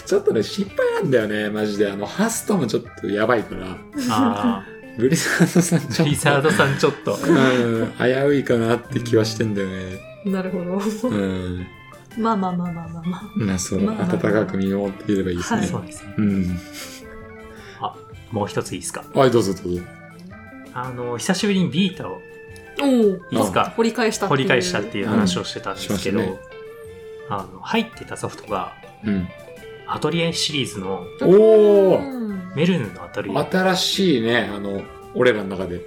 B: ちょっとね、心配なんだよね、マジで。あの、ハストもちょっとやばいから、
C: あ
B: ブリザードさんち
C: あ、
B: ょっと。
C: リザードさんちょっと。
B: うん、危ういかなって気はしてんだよね。
A: なるほど。
B: うん。
A: まあまあまあまあまあま
B: まあそう、
A: まあまあ
B: 暖かく見守っていればいいですね。
A: はい
C: そうですね。
B: うん。
C: もう一ついいですか。
B: はい、どうぞどうぞ。
C: あの、久しぶりにビータを
A: あ。おお。
C: いつか
A: 掘り返したって
C: 掘
A: いう。
C: り返したっていう話をしてたんですけど、
B: うんしま
C: あの、入ってたソフトが、
B: うん。
C: アトリエシリーズの
A: う
B: おー
A: ん。
C: メルヌのアトリエ。
B: 新しいね、あの、俺らの中で。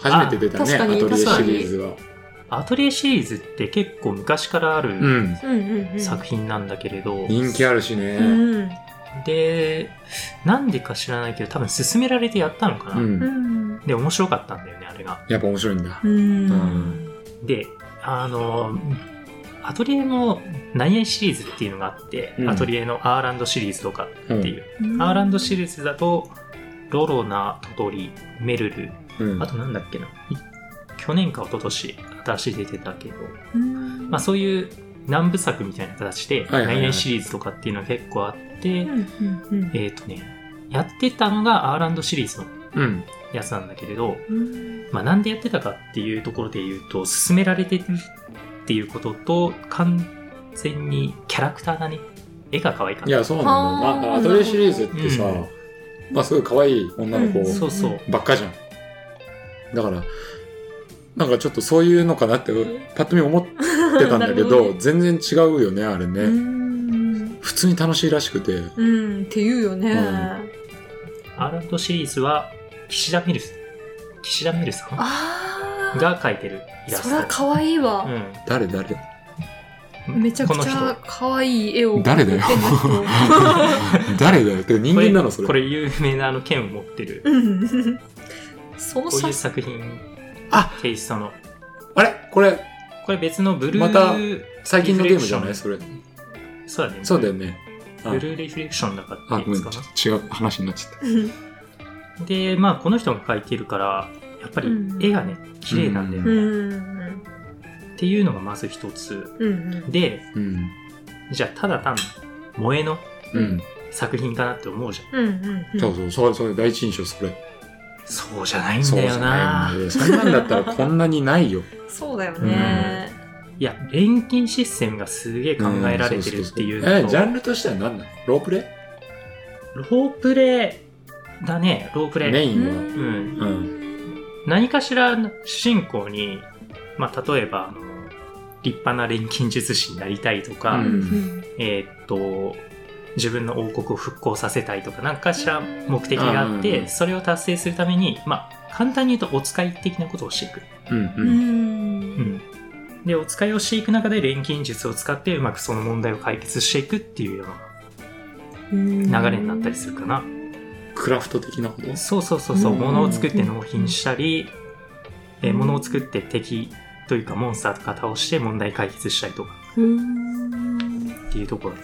B: 初めて出たね、
A: あ
B: ア
A: 確
B: トリ
A: かに
B: エシリーズは。
C: アトリエシリーズって結構昔からあ
B: う
C: る
B: ん。
A: うんうんうん。
C: 作品なんだけれど、
B: 人気あるし
A: う
B: ね。
A: ん。
C: で、なんでか知らないけど、多分勧められてやったのか
B: う
C: な。
B: ん。
A: うん。
C: で、面白かったんだよね、あれが。
B: やっぱ面白いんだ。
A: うん。
C: で、あの、アトリエの何々シリーズっていうのがあって、
B: うん
C: アトリエのアーランドシリーズとか
B: う
C: って
B: ん
C: いう。アーランドシリーズだと、ロロナ、トトリ、メルル、
B: うん
C: あ。となんだっけな。去年か一昨年新しい出てたけど、
A: うん。
C: まあそういう南部作みたいな形で、
B: はいはいはい
C: 何々シリーズとかっていうのが結構あって、
A: うんうん
C: えっ、とね、やってたのがアーランドシリーズの
B: うん。
C: やつなんだけれど、
A: うん。
C: まあなんでやってたかっていうところで言うと、進められてるっていうことと、完全にキャラクターだね。絵が可愛かっ
B: い
C: た。
B: や、そうなんだよ。
A: あー
B: まあ、アトリエシリーズってさ、
C: うん
B: まあ、すごい可愛い女の子
A: うん
C: そうそう。
B: ばっかじゃん。だから、なんかちょっとそういうのかなって、パッと見思ってたんだけ
A: (laughs) なるほ
B: ど、
A: ど
B: 全然違うよね、あれね。
A: うん。
B: 普通に楽しいらしくて。
A: うん。っていうよね。
B: うん
C: アーランドシリーズは、岸田ミルス。岸田ミルさん
A: あー
C: が描いてるイラ
A: そ
C: ス
A: りゃ
C: ト。
A: 可愛いわ、
C: うん
A: (laughs)
B: 誰誰
A: めちゃく
C: この
A: ち
C: 人
A: ゃ可愛い絵を
B: 誰だよ
A: 描いてますよ
B: 誰だよって人間なのそれ
C: これ有名なあの剣を持ってる (laughs)
A: うんその
C: こういう
A: 写
C: 作品
B: あ
C: テイストの
B: あれこれ
C: これ別のブルー、
B: また最近のゲームじゃないそれ
C: そうだね
B: そうだよねあ
C: ブルーレフレクションだから
B: あ
C: って
B: ごめ
C: やつ
B: ん
C: かな
B: ちょ違う話になっちゃった
A: 真
C: でまあこの人が描いてるからやっぱり
A: うん
C: 絵がね綺麗なんだよ
A: う
C: ね、
A: ん
C: っ
A: うん
C: ていうのがまず一つ
A: うん
C: で
B: うん
C: じゃあただ単に萌えの
B: うん
C: 作品かなって思うじゃん
A: うんうんうん
B: そうそうそうそれ第一印象それ
C: そうじゃないん
B: そう
C: だ
B: じ
C: よ
B: ゃ
C: な
B: ないんだよそんなんだったらこんなにないよ
A: そうだよね
C: いや錬金システムがすげえ考えられてるっていうん
B: そそそえ
C: の
B: ジ
C: と
B: ャンルとしては何なのロープレ
C: ロープレイだねロープレイ
B: メイ
A: う
B: ンは
A: ん
B: う
C: 何かしら主人公に、まあ、例えばあの立派な錬金術師になりたいとか、
B: うん
C: えーっと自分の王国を復興させたいとか何かしら目的があっ
B: うんうん
C: て、
B: うん
C: それを達成するために、まあ、簡単に言うとお使い的なことをしていく、
B: うん
A: う
B: うん
C: うんん、でお使いをしていく中で錬金術を使ってうまくその問題を解決していくっていうような流れになったりするかな、
B: クラフト的なこと
C: そうそうそうそう、
A: うん
C: 物を作って納品したり、えー物を作って敵というかモンスターとか倒して問題解決したりとか
A: うん
C: っていうところ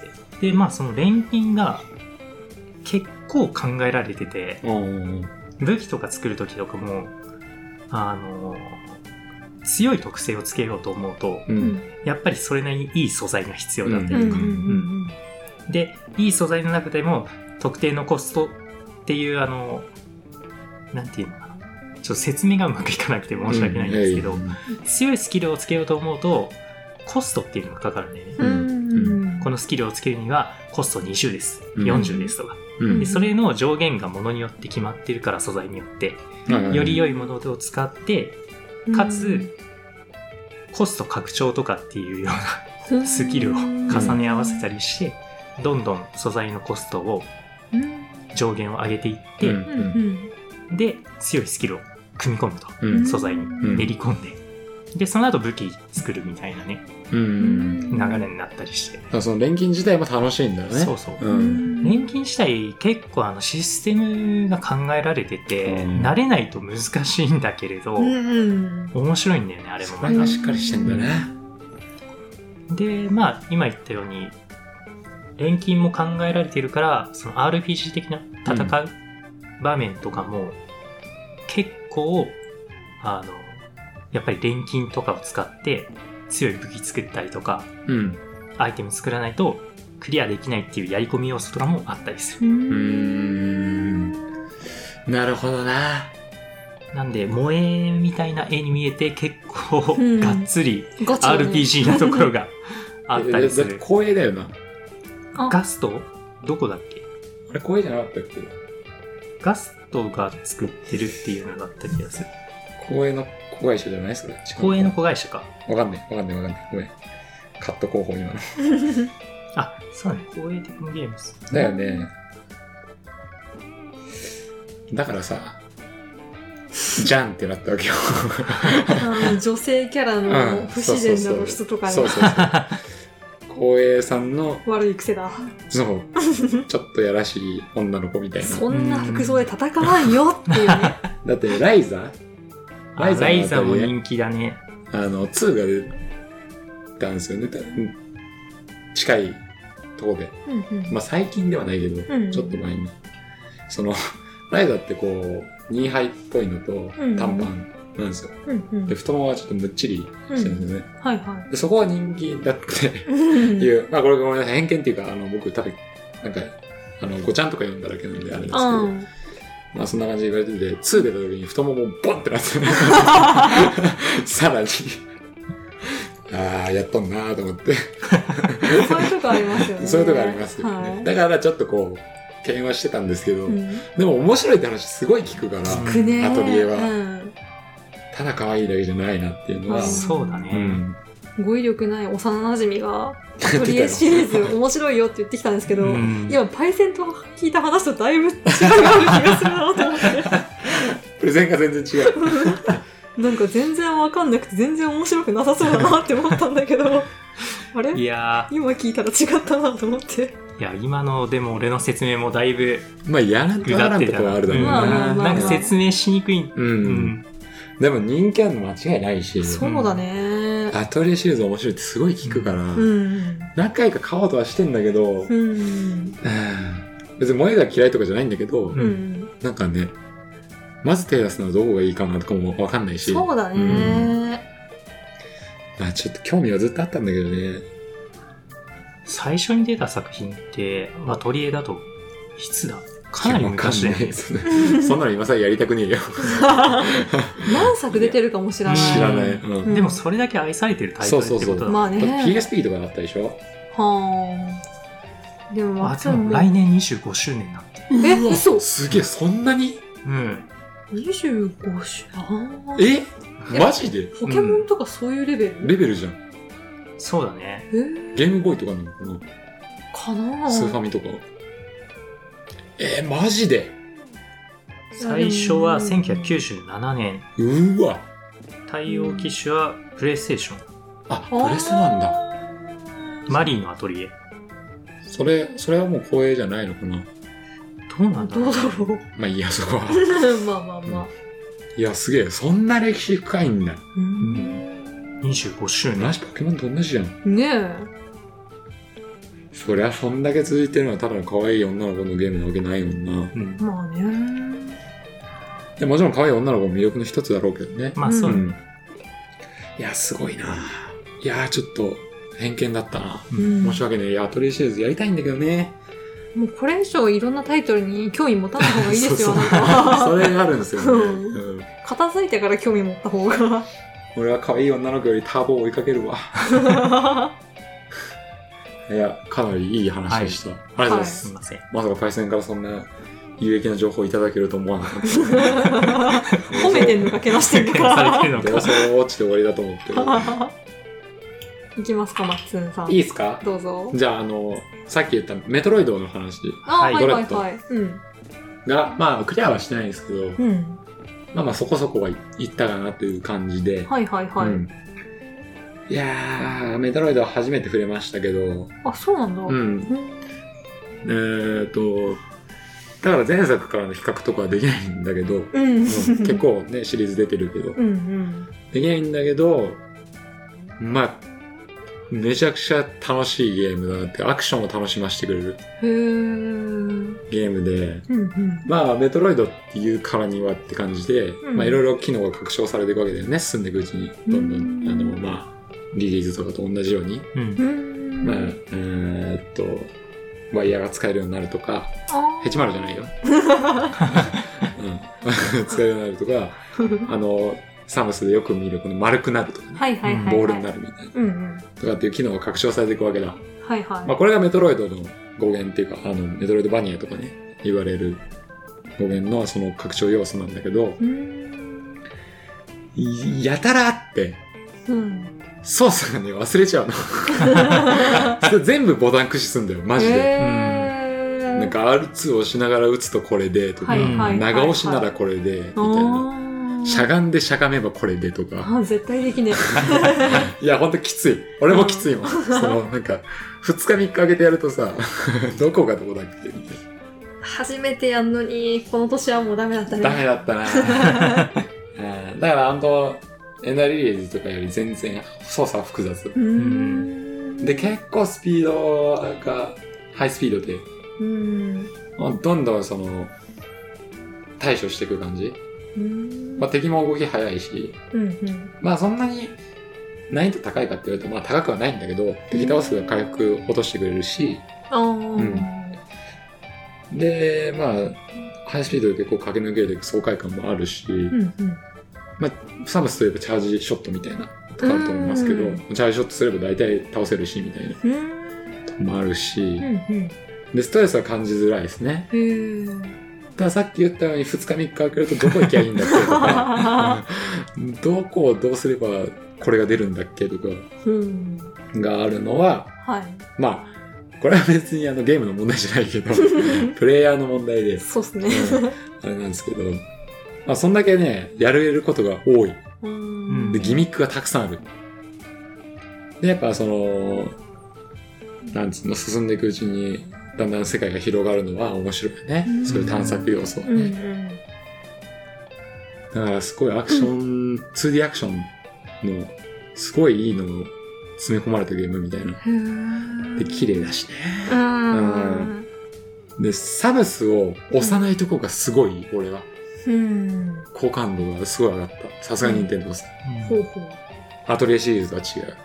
C: ででまあその錬金が結構考えられてて
B: うん
C: 武器とか作る時とかもあの強い特性をつけようと思うと
B: う
A: うんん
C: やっぱりそれなりにいい素材が必要だったりと
A: う
C: か、
A: んうん
C: でいい素材の中でも特定のコストっていうあのなんていうのかなちょっと説明がうまくいかなくて申し訳ないんですけど、
B: うん
C: 強いスキルをつけようと思うとコストっていうのがかかるんだよね、
A: うんうん
C: このスキルをつけるにはコスト20です
B: うん
C: 40ですとか、
B: う
A: うんん
C: でそれの上限がものによって決まってるから素材によって
B: うん
C: より良いものを使ってかつコスト拡張とかっていうよう
A: うん
C: なスキルを重ね合わせたりしてどんどん素材のコストを
A: うん
C: 上限を上げていって、
B: うん
A: うん
C: で強いスキルを組み込むと
B: う
A: うんん
C: 素材に
B: うん
C: 練り込んで、でその後武器作るみたいなね
B: うんうんだ
C: 流れになったりして、
B: からその錬金自体も楽しいんだよね
C: そうそう
B: うん
C: 年金自体結構あのシステムが考えられてて、
B: うん
C: 慣れないと難しいんだけれど、
A: うん
C: 面白いんだよねあれも
B: そ
C: ま
B: れが
A: う
B: しっかりしてんだね
C: たでまあ今言ったように錬金も考えられてるからその RPG 的な戦う場面とかも結構あのやっぱり錬金とかを使って強い武器作ったりとか
B: うん
C: アイテム作らないとクリアできないっていうやり込み要素とかもあったりする
A: う
B: うーんなるほどな
C: なんで萌えみたいな絵に見えて結構
A: うん
C: がっつり
A: ガチだね
C: RPG なところがあったりす
B: (laughs) えだっ
C: る
B: て。光栄だよな
A: あ
C: ガストどこだっけ
B: あれ光栄じゃなかったっけ
C: ガストが作ってるっていうのだった気がする。
B: 光栄の子会社じゃないそれ
C: 公営の子会社か。
B: わかんないわかんないわかんないごめんカット候補今の
C: あ、そうだね。公営テクノゲームス。
B: だよねだからさじゃんってなったわけよ
A: あの女性キャラ
B: う
A: の
B: ん
A: 不自然な露出とか
B: そう
A: の
B: そうそう光栄さんの
A: 悪い癖だ
B: そうちょっとやらしい女の子みたいな
A: そんな服装で戦わんよっていうね
B: だってライザー
C: あライザー
B: の
C: も
B: あたりね
C: 人気だね。
B: あの、2が出たんですよね。たうん近いとこで。まあ最近ではないけど、
A: うん
B: ちょっと前に。その、ライダーってこう、ニーハイっぽいのと
A: うん
B: 短パンなんですよ。
A: うんうん
B: で、太ももはちょっとむっちりしてるんですよね。
A: はいは
B: でそこは人気だって
A: い
B: いう、まあこれごめんなさい、偏見っていうか、あの、僕多分、なんか、あの、ごちゃんとか読んだだけなんであれですけど、
A: うん
B: まあそんな感じで言われてて、2出た時に太ももボンってなってね。
A: (laughs)
B: さらに。ああ、やっとんなーと思って。
A: そういうとこありますよね
B: (laughs) そういうとこありますよね。
A: はい
B: だからちょっとこう、敬遠はしてたんですけど、
A: うん
B: でも面白いって話すごい聞くから、
C: 聞
A: くね
B: アトリエは、
A: うん
B: ただ可愛いだけじゃないなっていうのは、
A: うん
C: そうだ
B: う
C: ね。
B: ん。
A: 語彙力ない幼馴染が
B: (laughs)
A: アトリエシリーズ面白いよって言ってきたんですけど
C: うん
A: 今パイセンと聞いた話とだいぶ違う気がするなと思って
B: プレゼンが全然違う。
A: なんか全然わかんなくて全然面白くなさそうだなって思ったんだけどあれ
C: いや
A: 今聞いたら違ったなと思って
C: ーいや今のでも俺の説明もだいぶ
B: まあ、やらんと
C: ぐ
B: や
C: だ
B: ら
C: っ
B: ん
C: て
B: と
C: た
B: こはあるだろう
A: まあまあま
B: な。
A: あまあ
C: なんか説明しにくい、
B: うん。
C: う
B: うん
C: ん、
B: でも人気あるの間違いないし、
A: そうだね
B: アトリエシリーズ面白いってすごい聞くから、
A: うん
B: 何回か買おうとはしてんだけど、うん
A: うん
B: 別に萌えが嫌いとかじゃないんだけど、
C: ん
A: うん
B: なんかね、まず手出すのはどこがいいかなとかもわかんないし、
A: そうだね
B: まあちょっと興味はずっとあったんだけどね。
C: 最初に出た作品ってアトリエだといつだかなり昔だよね
B: わかんない (laughs) そんなの今さやりたくねえよ。
A: 何作出てるかも知らない
B: 知らない。
C: う
B: うん
A: ん
C: でもそれだけ愛されてるタイト
B: そう
C: ルって
B: そ
C: こ
B: うそ
C: と
B: う
C: だ、
A: まあね
B: だって PSP とかだったでしょ
A: はあでも
C: あ
A: ま
C: でも来年25周年なんだ
A: え嘘
B: すげえ、そんなに
C: うん
A: 25種あー
B: えマジで
A: ポケモンとかそういうレベル
B: レベルじゃん。
C: そうだね
A: えー
B: ゲームボーイとかなのかな
A: かな
B: スーファミとか。えー、マジで
C: 最初は
A: うん
C: 1997年
B: うーわ
C: 太陽機種はプレイステーション
B: あ、プレステなんだ。
A: だ
C: マリーのアトリエ
B: それ、それはもう光栄じゃないのかな
C: どうなんだ
A: どう
C: ろう
A: だろ
B: まあいいや、そこは。
A: (laughs) う (laughs) まあまあまあ
B: いや、すげえ。そんな歴史深いんだ。
A: うん
C: 25周
B: マ
C: 年
B: ジポケモンと同じじゃん。
A: ね
B: そりゃ、そんだけ続いてるのはただの可愛い女の子のゲームなわけないもんな。
C: うん
A: えまあね
B: でもちろん可愛い女の子も魅力の一つだろうけどね。
C: まあそうう、
B: ん。いや、すごいな。いや、ちょっと偏見だったな。
A: うん
B: 申し訳ねえ。いや、アトリエシリーズやりたいんだけどね。
A: もうこれ以上いろんなタイトルに興味持たない方がいいですよ
B: そう
A: なん
B: そうそ
A: か
B: れがあるんですよね。
A: う
B: うん
A: (laughs) 片付いてから興味持った方が
B: 俺は可愛い女の子よりターボを追いかけるわ。いや、かなりいい話でした。ありがとうございます。
C: すいません
B: まさかパイセンからそんな有益な情報をいただけると思わなかっ
A: 褒めてんのかけなしてんの
C: されて
A: か
C: るの (laughs)
B: た。でも
C: か
B: そう落ちて終わりだと思ってる。
A: いきますかマッツンさん
B: いいですか
A: どうぞ
B: じゃあ、あの、さっき言ったメトロイドの話
A: あは
C: はいい
A: はいはいうん
B: が、まあ、クリアはしてないんですけど、
A: うん
B: まあまあ、そこそこはいいったかなという感じで。
A: はいはいはい、
B: うんいやー、メトロイドは初めて触れましたけど、
A: あそうなんだ、
B: う
A: うん
B: ん。えーっと、だから前作からの比較とかはできないんだ
A: (laughs)
B: けど、
A: うん
B: 結構ね、シリーズ出てるけ
A: う
B: ど、
A: んうん
B: できないんだけど、まあ、めちゃくちゃ楽しいゲームだなって、アクションを楽しませてくれる
A: へえうん
B: ゲームで、
A: うん
B: まあ、メトロイドっていうからにはって感じで、
A: ん
B: まあ、いろいろ機能が拡張されていくわけだよね、進んでいくうちに、どんど
A: うん
B: ん、あの、まあ、リリーズとかと同じように、
C: うん
A: うん
B: まあ、えーっと、ワイヤーが使えるようになるとか、
A: あ
B: ヘチマルじゃないよ。 (laughs) うん、使えるようになるとか、
A: ー
B: あの、サムスでよく見るこの丸くなるとかね、
A: はいはいはい、はい、
B: ボールになるみたいな。
A: うんうん
B: とかっていう機能が拡張されていくわけだ。
A: はいはい、
B: まあ、これがメトロイドの語源っていうか、あの、メトロイドバニアとかね、言われる語源のその拡張要素なんだけど、
A: うん
B: いやたらあって、
A: うん
B: 操作がね、忘れちゃ
A: (laughs)
B: うの。それ全部ボタン駆使すんだよ、マジで。
A: へー
B: なんか R2 を押しながら打つとこれでとか、
A: はいはいはいはい
B: 長押しならこれで、みたいな。
A: あー
B: しゃがんでしゃがめばこれでとか。
A: あ絶対できね
B: いや、ほんときつい。俺もきついもん。その、なんか、二日三日あげてやるとさ、 (laughs) どこがどこだっけみたいな。
A: え初めてやんのにこの年はもうダメだったね
B: ダメだったな (laughs) うんだから本当エンダーリリーズとかより全然操作は複雑
A: うーん
B: で結構スピードがハイスピードで
A: うん
B: もうどんどんその対処していく感じ、
A: うん
B: まあ、敵も動き早いし
A: うんうん
B: まあそんなに難易度高いかって言われるとまあ高くはないんだけど敵倒すと回復落としてくれるし
A: あー
B: うんでまあハイスピードで結構駆け抜ける爽快感もあるし、
A: うんうん
B: サムスといえばチャージショットみたいなとかあると思いますけ
A: う
B: ど、
A: ん
B: チャージショットすれば大体倒せるしみたいな
A: うん
B: のもあるし、
A: うんうん
B: でストレスは感じづらいですね
A: へー
B: たださっき言ったように2日3日開けるとどこ行きゃいいんだっけと
A: (laughs)
B: かどこをどうすればこれが出るんだっけとか
A: うん
B: があるのは
A: はい
B: まあこれは別にあのゲームの問題じゃない
A: (laughs)
B: けどプレイヤーの問題で
A: そうっすね
B: うんあれなんですけど、まあ、そんだけねやれることが多い
A: あうー
C: うん
A: ん
B: で、ギミックがたくさんある。で、やっぱその、なんつうの、進んでいくうちに、だんだん世界が広がるのは面白いよね
A: う。ん
B: そういう探索要素は
A: うんう
B: ね。
A: ん
B: だからすごいアクション、2D アクションの、すごいいいのを詰め込まれたゲームみたいな。
A: へー
B: で、綺麗だしね。
A: うん
B: で、サムスを押さないとこがすごい、俺は。
A: うん
B: 好感度がすごい上がった。さすがに任天堂さん。
A: ほうほう
B: アトリエシリーズとは違う。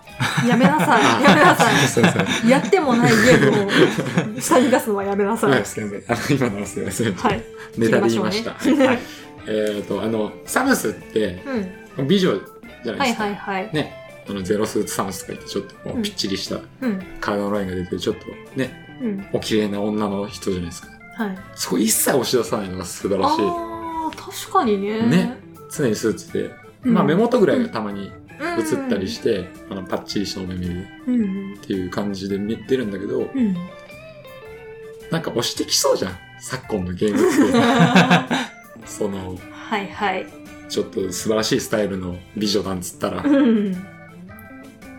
A: やめな
B: (laughs)
A: さいやめなさい
B: すいません。
A: やってもないゲームを下に出すのはやめなさ
B: はいい、すいません。あの、今のはすいません。
A: はい
B: ネタで言いました。
A: 切りましょうね
B: はい。えっと、あの、サムスって、
A: うん
B: 美女じゃな
A: はい
B: で
A: い
B: すか。
A: はいはい
B: ね。あの、ゼロスーツサムスとか言って、ちょっとこ
A: うん
B: う、ぴっちりした
A: うん
B: 体のラインが出てる、ちょっとね、
A: うん
B: お綺麗な女の人じゃないですか。
A: はい
B: そこ一切押し出さないのが素晴らしい。
A: あー確かにね
B: ね常にスーツで、
A: うん
B: まあ目元ぐらいがたまに
A: 映
B: 映ったりして、あのパッチリしたお目見る
A: うんうん
B: っていう感じで見てるんだけど、 (laughs)
A: うん
B: なんか押してきそうじゃん。昨今のゲーム
A: (laughs)
B: って。
A: は
B: その、
A: いはい
B: ちょっと素晴らしいスタイルの美女なんつったら、
A: うん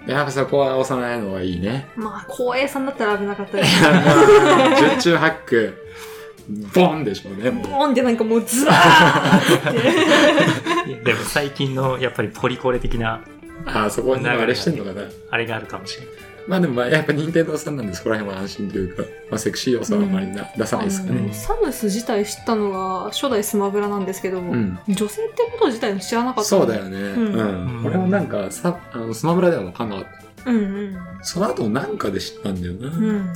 B: やっぱそこは押さないのはいいね。
A: まあ光栄さんだったら危なかった
B: (laughs)
A: です
B: 十中八九、ボンでしょうね。もう
A: ボーンってなんかもうズワーって
C: いやでも最近のやっぱりポリコレ的な
B: ああ、そこに流れしてんのかな。
C: あれがあるかもしれない。
B: まあでもまあやっぱ任天堂さんなんでそこら辺は安心というか、まあセクシー要素はあんまりな、出さないですか
A: あ
B: ね
A: の。サムス自体知ったのが初代スマブラなんですけど、
B: うん。
A: 女性ってこと自体も知らなかった
B: そうだ
A: ね
B: よね。
A: うん
B: うん。
C: うん
B: 俺もなんか、さ、あの、スマブラでは分かんなかった。
A: うんうん
B: その後なんかで知ったんだよな。
A: うん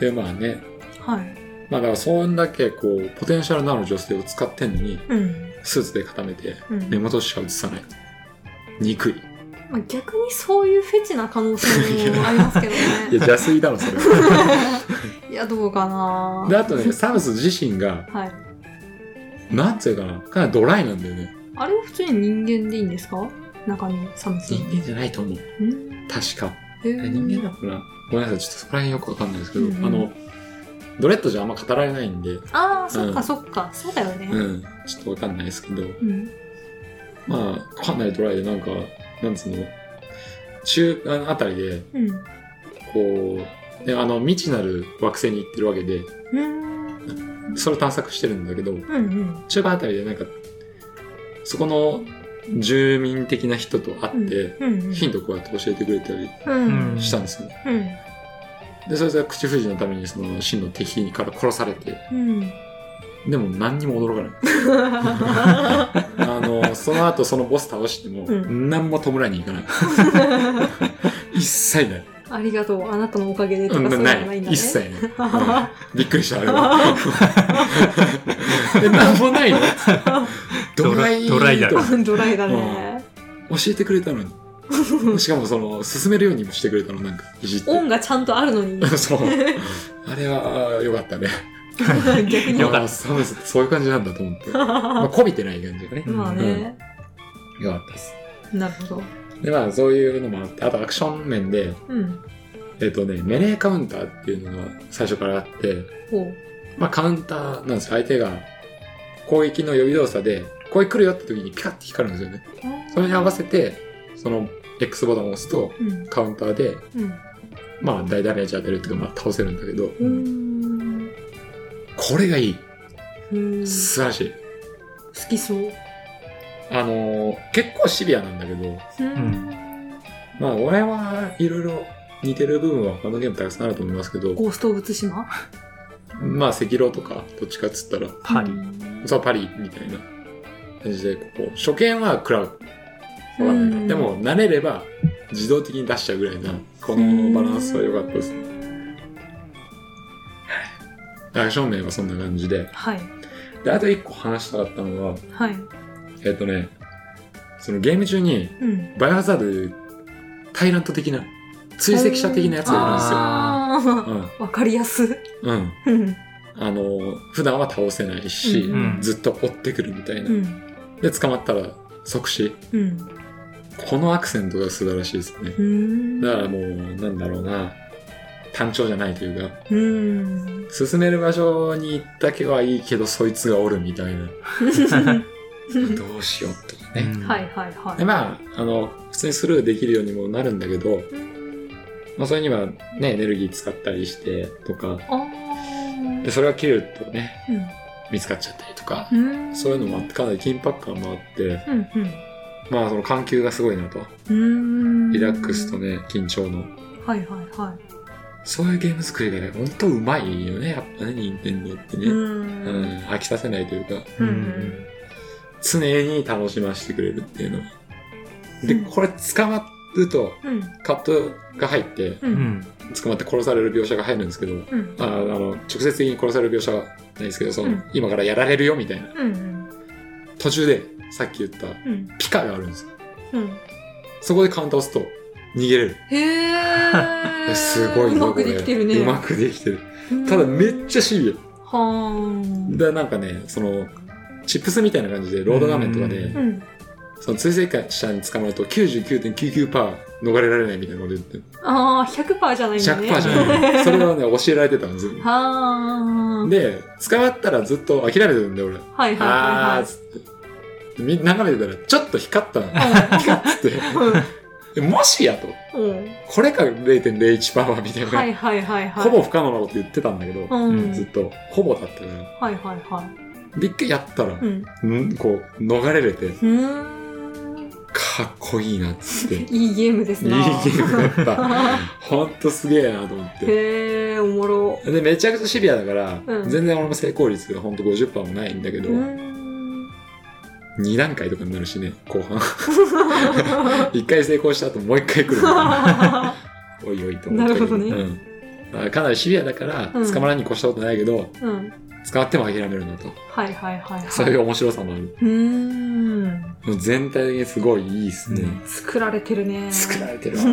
B: で、まあね。
A: はい
B: まあだから、そんだけ、こう、ポテンシャルのある女性を使ってんのに、
A: うん
B: スーツで固めて、
A: うん
B: 根元しか映さない。憎い。
A: まあ、逆にそういうフェチな可能性もありますけどね
B: いや、邪推だろ、それは。
A: (laughs) いやどうかな
B: (laughs) で、あとね、サムス自身が、
A: はい
B: なんつうかな、かなりドライなんだよね。
A: あれは普通に人間でいいんですか中身サムス
B: 人
A: ン
B: 間じゃないと思う。
A: うん
B: 確か。
A: へー
B: 人間だったな。ごめんなさい、ちょっとそこら辺よくわかんないですけど、
A: うんうん
B: あの、ドレッドじゃあんま語られないんで、
A: ああそっ
B: う
A: か
B: ん
A: そっか、そうだよね
B: うん、ちょっとわかんないですけど、
A: うん
B: まあ、かなりドライで、なんか、なんつうの、中間あたりで、
A: うん
B: こう、であの、未知なる惑星に行ってるわけで、
A: うん
B: それを探索してるんだけど、
A: うんうん
B: 中間あたりで、なんか、そこの住民的な人と会って、
A: うんうん
B: ヒントをこうやって教えてくれたり
A: うんうん
B: したんですよね。
A: うん
B: で、それで口封じのために、その、真の敵から殺されて、
A: うん
B: でも何にも驚かない。
A: (laughs)
B: あの、その後そのボス倒しても、
A: うん
B: 何も弔いに
A: (laughs)
B: 行かない。一切ない。
A: ありがとう、あなたのおかげでと
B: う
A: か
B: ん
A: そういうの
B: な
A: ない
B: い
A: んだね。
B: 一
A: (laughs)
B: 切ない、うんびっくりしたあれはえなんもないのドライ
C: ドライだ
B: と
C: ろ
B: 教
A: ドライだね。
B: えてくれたのにしかもその進めるようにもしてくれたのなんかいじって
A: 音がちゃんとあるのに、
B: (laughs) そうあれはよかったね
A: 逆に
C: よかった
B: あサムスってそういう感じなんだと思って、まあ、こびてない感じがね
A: まあね、
B: よかったです
A: なるほど。
B: でまあそういうのもあってあとアクション面で
A: うん。
B: えっ、とねメレーカウンターっていうのが最初からあって
A: ほう。
B: まあ、カウンターなんですよ。相手が攻撃の予備動作で、攻撃来るよって時にピカッて光るんですよね。それに合わせて、その X ボタンを押すと、
A: うん。
B: カウンターで、
A: うん。
B: まあ、大ダメージ当てるっていうか、まあ、倒せるんだけど、
A: うーん
B: これがいい。
A: うーん
B: 素晴らしい。
A: 好きそう。
B: あのー結構シビアなんだけど、
A: う
B: まあ、俺はいろいろ似てる部分は他のゲームたくさんあると思いますけど、
A: ゴースト・オブ・ツシマ
B: まあ、赤狼とか、どっちかっつったら、
C: パリ。
B: そう、パリみたいな感じで、ここ、初見は食らう。わかんないなでも慣れれば自動的に出しちゃうぐらいなこのバランスは良かったです。アクション面はそんな感じで
A: はい。
B: であと一個話したかったのは
A: はい。
B: えっ、とねそのゲーム中に
A: うん。
B: バイオハザードでいうタイラント的な追跡者的なやつが
A: あ
B: いるんです
A: ーわかりやす。
B: よ。うんうん
A: うん。
B: あの普段は倒せないし、
A: うん
B: ずっと追ってくるみたいうな。
A: ん。
B: で捕まったら即死
A: うん。
B: このアクセントが素晴らしいですね
A: う。ーん
B: だからもうなんだろうな単調じゃないというか
A: うーん。
B: 進める場所に行ったけはいいけどそいつがおるみたいなどうしようってこと
C: う
B: ね。
C: ん
A: はいはいは
B: で
A: い。
B: まあ、あの、普通にスルーできるようにもなるんだけど、まあ、それにはね、エネルギー使ったりしてとか、
A: あ
B: で
A: ー
B: それが切るとね、
A: うん
B: 見つかっちゃったりとか、
A: うん
B: そういうのもあって、かなり緊迫感もあって、
A: うん
B: まあ、その緩急がすごいなと。
A: うん。うーん
B: リラックスと。ね、緊張の。
A: はいはいは
B: そういうゲーム作りがね、ほんとうまいよね、やっぱね、任天堂って
A: い。
B: ね。
A: う。
B: うんん、飽きさせないというか、
A: う
C: うんん
B: 常に楽しませてくれるっていうの。で、
A: うん
B: これ捕まると、
A: うん。
B: カットが入って、
A: う。
C: うんん
B: 捕まって殺される描写が入るんですけど、
A: うん。
B: ああの、直接的に殺される描写はないですけど、その、
A: うん
B: 今からやられるよみたいな。
A: うん。うん。
B: 途中で、さっき言った、
A: うん。
B: ピカがあるんですよ。
A: うん。
B: そこでカウンター押すと、逃げれる。
A: へえ。
B: (laughs) すごいぞ
A: うま
B: これ
A: くできてるね。
B: うまくできてる。ただめっちゃシビア。
A: はーん。
B: で、なんかね、その、チップスみたいな感じで、ロード画面とかで
A: う、ん。
B: その追跡者に捕まると99.99%逃れられないみたいなこと言ってる、
A: ああ、100%じゃないんだね。
B: 100%じゃない。それをね、教えられてた
A: (laughs)
B: んですよ。
A: はーん。
B: で、捕まったらずっと諦めてるんで、俺。
A: はいはい
B: あ
A: は
B: ーっつって。み眺めてたら、ちょっと光ったの。
A: いはい。
B: 光っつって (laughs) え。もしやと。
A: うん。うん。
B: これか0.01%はみたいな、
A: はいはいはいはい。
B: ほぼ不可能なこと言ってたんだけど、
A: う
B: ずっ
A: ん。
B: と、ほぼだったから。
A: はいはいはい。
B: で、一回やったら
A: う、ん。
B: んこう、逃れれて、
A: うーん。
B: かっこいいなっつって。いい
A: (laughs) いいゲームです
B: ゲ
A: な。
B: ームだった。
A: (laughs)
B: ほんとすげえなと思って。
A: へえ、おもろ。
B: で、めちゃくちゃシビアだから、
A: うん
B: 全然俺も成功率がほんと50%もないんだけど、
A: うー
B: (laughs)
A: ん。
B: 2段階とかになるしね、後半。1回成功した後もう1回来るみたいな。おいおいと思って。
A: なるほどね
B: うんだからかなりシビアだから、
A: うん
B: 捕まらんに越したことないけど、
A: うん。
B: 捕まっても諦めるなと。
A: はいはいはいはい。
B: そういう面白さもある。
A: うーん。
B: もう全体的にすごいいいっすね。
C: うん
A: 作られてるね。
B: 作られてるわ。伊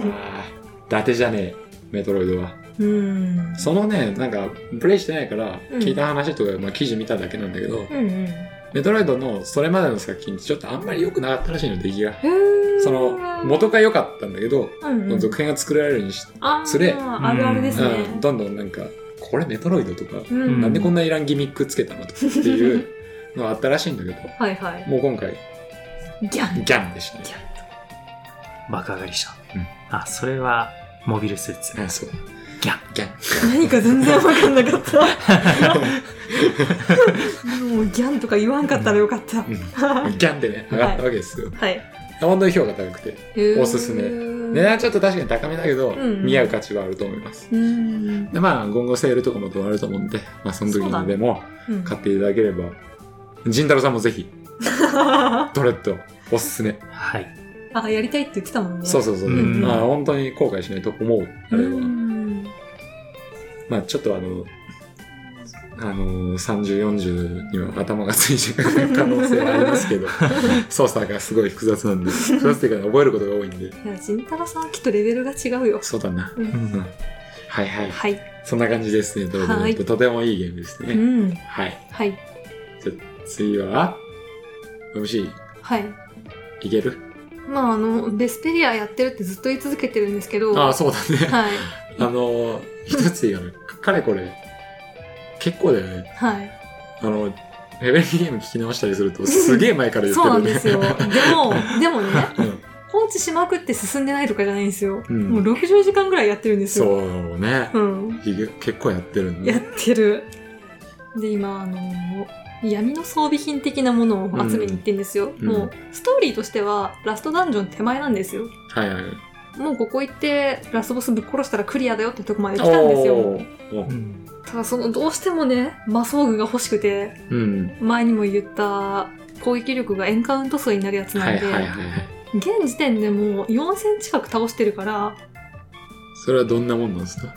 B: 達じゃねえ、メトロイドは。
A: うーん。
B: そのね、なんか、プレイしてないから、
A: うん
B: 聞いた話とか、まあ、記事見ただけなんだけど、
A: うんうん。へ
B: メトロイドのそれまでの作品ってちょっとあんまり良くなかったらしいの、出来が。
A: え。
B: その、元が良かったんだけど、
A: うんうん
B: 続編が作られるようにし、
A: あー
B: それ
A: あるあるですね。
B: うんどんどんなんか、これメトロイドとか、
A: う
B: なんでこん
A: な。
B: ないらんギミックつけたのとかっていうのがあったらしいんだけど、
A: はいはい。
B: もう今回、
A: ギャン。
B: ギャンでしたね。
C: 爆上がりした
B: うん。
C: あ、それは、モビルスーツ。
B: あ、そう。
C: ギャン。
B: ギャ
A: (laughs)
B: ン。
A: 何か全然分かんなかった。もうギャンとか言わんかったらよかった。
B: うんギャンってね、上がったわけですよ。
A: はい。
B: 本当に評価高くて。おすすめ値
A: ね
B: 段はちょっと確かに高めだけど、
A: うん
B: 見合う価値はあると思います。
A: うん。
B: で、まあ、今後セールとかもどうなると思うんで、まあ、その時
A: そうだ
B: に
A: ね
B: でも
A: うん
B: 買っていただければ、仁太郎さんもぜひ、ドレッド、おすすめ。
C: はい。
A: (laughs) あ、やりたいって言ってたもんね。
B: そうそうそう。
C: うん
B: まあ、本当に後悔しないと思う。あれは。
A: うん
B: まあ、ちょっとあの、あのー、30、40には頭がついてくる可能性はありま
A: (laughs)
B: すけど、操作がすごい複雑なんで、複雑っていうか覚えることが多いんで、
A: いや、慎太郎さんはきっとレベルが違うよ。
B: そうだな。
A: う
C: う
B: う
C: ん
B: ん
C: ん。
B: はいはい。
A: はい。
B: そんな感じですね、ドロドロ
A: はい
B: ってとてもいいゲームです
A: う
B: ね。
A: ん。
B: はい。
A: はい。
B: じゃあ次は、MC、
A: はい。
B: いける
A: まあ、あの、ベスペリアやってるってずっと言い続けてるんですけど、
B: あ
A: は
B: あ、そうだね。
A: い。
B: あのー、一ついいかな。かれこれ、結構だよね。
A: はい。
B: あの、レベルゲーム聞き直したりすると、すげえ前から言って
A: そうな
B: るよ
A: ん
B: ね。
A: ですよ。でも、でもね、
B: (laughs) うん
A: 放置しまくって進んでないとかじゃないんですよ。
B: うん
A: もう60時間ぐらいやってるんですよ。
B: そうね。
A: うん。
B: ひげ結構やってるん
A: や
B: で
A: っ。てる。で、今、あの、闇の装備品的なものを集めに行ってんですよ。
B: うん
A: もう、ストーリーとしては、ラストダンジョン手前なんですよ。
B: はいはい。
A: もうここ行って、ラスボスぶっ殺したらクリアだよってとこまで来たんですよ。
B: おー
C: ん。
A: ただその、どうしてもね、魔装具が欲しくて、
B: うん。
A: 前にも言った攻撃力がエンカウント数になるやつ
B: は
A: なん
B: い
A: で、
B: はいはいはい。
A: 現時点でもう4000近く倒してるから
B: それはどんなもんな
A: (laughs)
B: んですか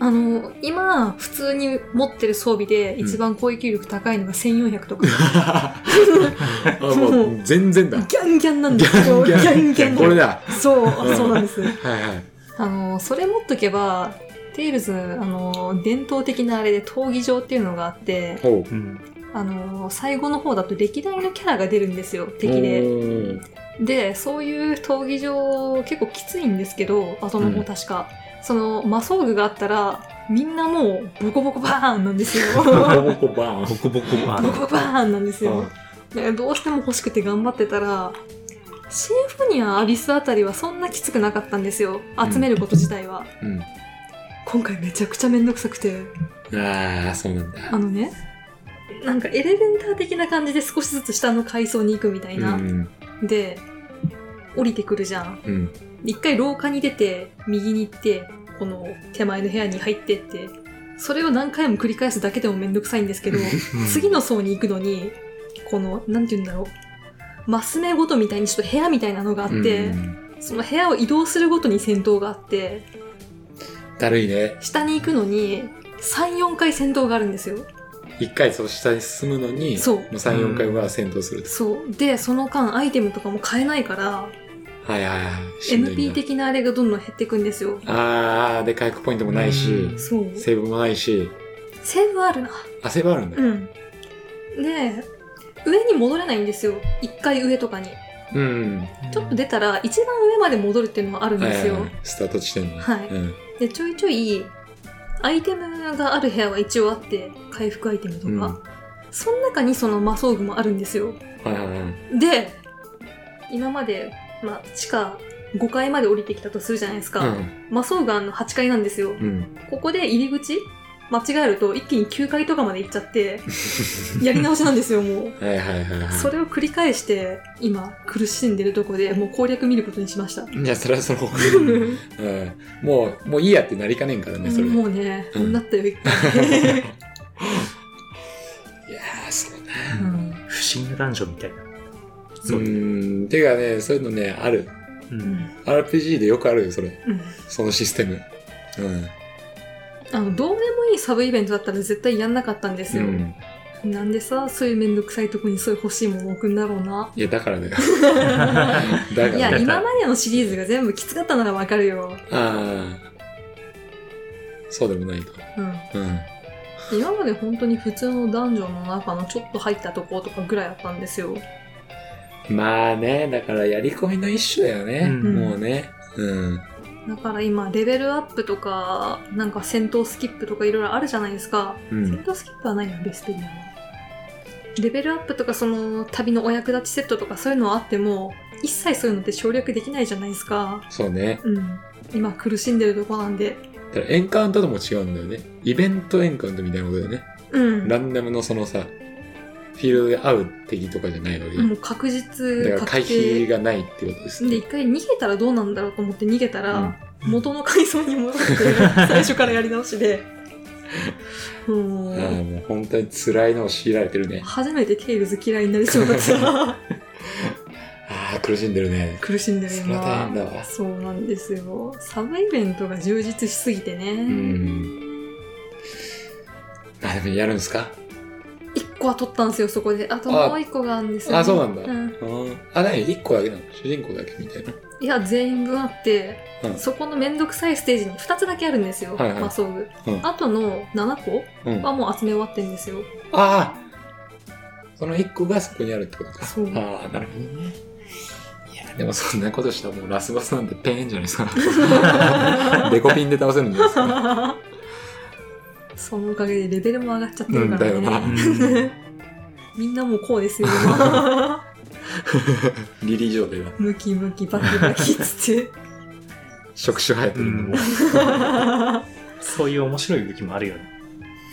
A: あの今普通に持ってる装備で一番攻撃力高いのが1400とか、
B: あ、もう全然 (laughs) だ。
A: ギャンギャンなんですよギ
B: ギ
A: ャ
B: ャ
A: ンギャン
B: これだ。
A: そう
B: うん
A: そうなんです
B: はいはい。
A: あのそれ持っとけばテイルズあの伝統的なあれで闘技場っていうのがあって
B: ほう。
C: うん。
A: あの最後の方だと歴代のキャラが出るんですよ敵で
B: で。
A: でそういう闘技場結構きついんですけど後の
B: う
A: 方
B: ん
A: 確か、その魔装具があったらみんなもうボコボコバーンなんですよ
B: (laughs) ボコボコバーン。
C: ボコボコ、あ
A: ボ
C: の
A: コ、ボコバーンなんですよねどうしても欲しくて頑張ってたらシンフォニアアビスあたりはそんなきつくなかったんですよ集めること自体は、
B: うん。
A: 今回めちゃくちゃめんどくさくて
B: ああ、そうなんだ。
A: あのねなんかエレベンター的な感じで少しずつ下の階層に行くみたいな、
B: うん。
A: で降りてくるじゃん
B: うん。
A: 一回廊下に出て右に行ってこの手前の部屋に入ってってそれを何回も繰り返すだけでもめんどくさいんですけど次の層に行くのにこのなんて言うんだろうマス目ごとみたいにちょっと部屋みたいなのがあって、
B: うん
A: その部屋を移動するごとに戦闘があって
B: だるいね。
A: 下に行くのに34回戦闘があるんですよ
B: 一回そう下に進むのに、
A: そう
B: もう3、4回は戦闘すると。
A: そうでその間アイテムとかも買えないから
B: はいはいはい。しんどい
A: MP
B: な
A: 的なあれがどんどん減っていくんですよ
B: ああ、で、回復ポイントもないし、
C: うん
A: そう
B: セーブもないし、
A: セーブあるな
B: あ、セーブあるんだ。
A: うんで上に戻れないんですよ一回上とかに
B: うん。
A: ちょっと出たら一番上まで戻るっていうのもあるん
B: はい
A: で
B: は
A: す
B: い
A: よ、
B: はい。スタート地点に。
A: はい
B: うん。
A: でちょいちょいアイテムがある部屋は一応あって回復アイテムと
B: うん
A: か、その中にその魔装具もあるんですよ
B: はいはいはい。
A: で今まで、まあ、地下5階まで降りてきたとするじゃないですか、
B: うん。
A: 魔装具あんの8階なんですよ
B: うん。
A: ここで入り口間違えると一気に9階とかまで行っちゃって
B: (laughs)
A: やり直しなんですよもう
B: はいはいはいはい。
A: それを繰り返して今苦しんでるとこでもう攻略見ることにしました
B: いや、それはその、 (laughs) うん。もう、もういいやってなりかねんからね、それ。
A: もうね、
B: うん
A: なったよ一回、 (laughs)
B: いやー、 (laughs) そうね。
A: うん
C: 不審な男女みたいな。
B: う
C: そう。
B: ん。てかね、そういうのね、ある。
C: うん。
B: RPG でよくあるよ、それ。
A: うん
B: そのシステム。うん。
A: あのどうでもいいサブイベントだったら絶対やんなかったんですよ、
B: うん。
A: なんでさそういうめんどくさいとこにそういう欲しいものを置くんだろう
B: (laughs)
A: ない
B: や、だか
A: (laughs)
B: らだよ。だか
A: い
B: ら
A: や
B: ね。
A: 今までのシリーズが全部きつかったならわかるよ、
B: ああ。そうでもないと。
A: うん、
B: うん。
A: 今まで本当に普通のダンジョンの中のちょっと入ったとことかぐらいあったんですよ
B: まあね、だからやり込みの一種だよね。
C: うん
B: もうね。うん。
A: だから今レベルアップとかなんか戦闘スキップとかいろいろあるじゃないですか、
B: うん
A: 戦闘スキップはないなベスペリアはレベルアップとかその旅のお役立ちセットとかそういうのはあっても一切そういうのって省略できないじゃないですか
B: そうね。
A: うん今苦しんでるとこなんで
B: だからエンカウントとも違うんだよね。イベントエンカウントみたいなことだよね。
A: うん
B: ランダムのそのさ、フィールドで会う敵とかじゃないわけで。
A: もう確実
B: だから回
A: 確定
B: 避がないってことです
A: で
B: ね。
A: 一回逃げたらどうなんだろうと思って逃げたら、
B: うん
A: 元の階層に戻って
B: (laughs)
A: 最初からやり直しでも
B: あ
A: う
B: あ、もう本当に辛いのを強いられてるね。
A: 初めてテイルズ嫌いになりそうだった
B: (laughs) ああ、苦しんでるね。
A: 苦しんでる
B: それは大変
A: 今
B: だわ。
A: そうなんですよサブイベントが充実しすぎて
B: う
A: ね
B: ん。まあでもやるんですか
A: 一個は取ったんですよそこであともう一個があるんですよ、ね、
B: あそうなんだ
A: ん
B: うん。あ、何一個だけなの主人公だけみたいな。
A: いや全員分あって、
B: うん
A: そこのめんどくさいステージに2つだけあるんですよ、
B: はいはい
A: マソウ
B: うん
A: あとの7個
B: うん。
A: はもう集め終わってんですよ (laughs)
B: ああその一個がそこにあるってことか。
A: そう
B: ああ、なるほどね。いや、でもそんなことしたらもうラスボスなんてペーンじゃないですか。 (laughs) デコピンで倒せるんじゃないですか。
A: そのおかげでレベルも上がっちゃってるからね、
B: うんだよな
A: (laughs) みんなもうこうですよ
B: (laughs)
A: (laughs)
B: リリー状態が。
A: ムキムキバキバキっつって
B: 触手生えて
C: う
B: るの
C: ん
B: も。
C: (laughs) そういう面白い武器もあるよね。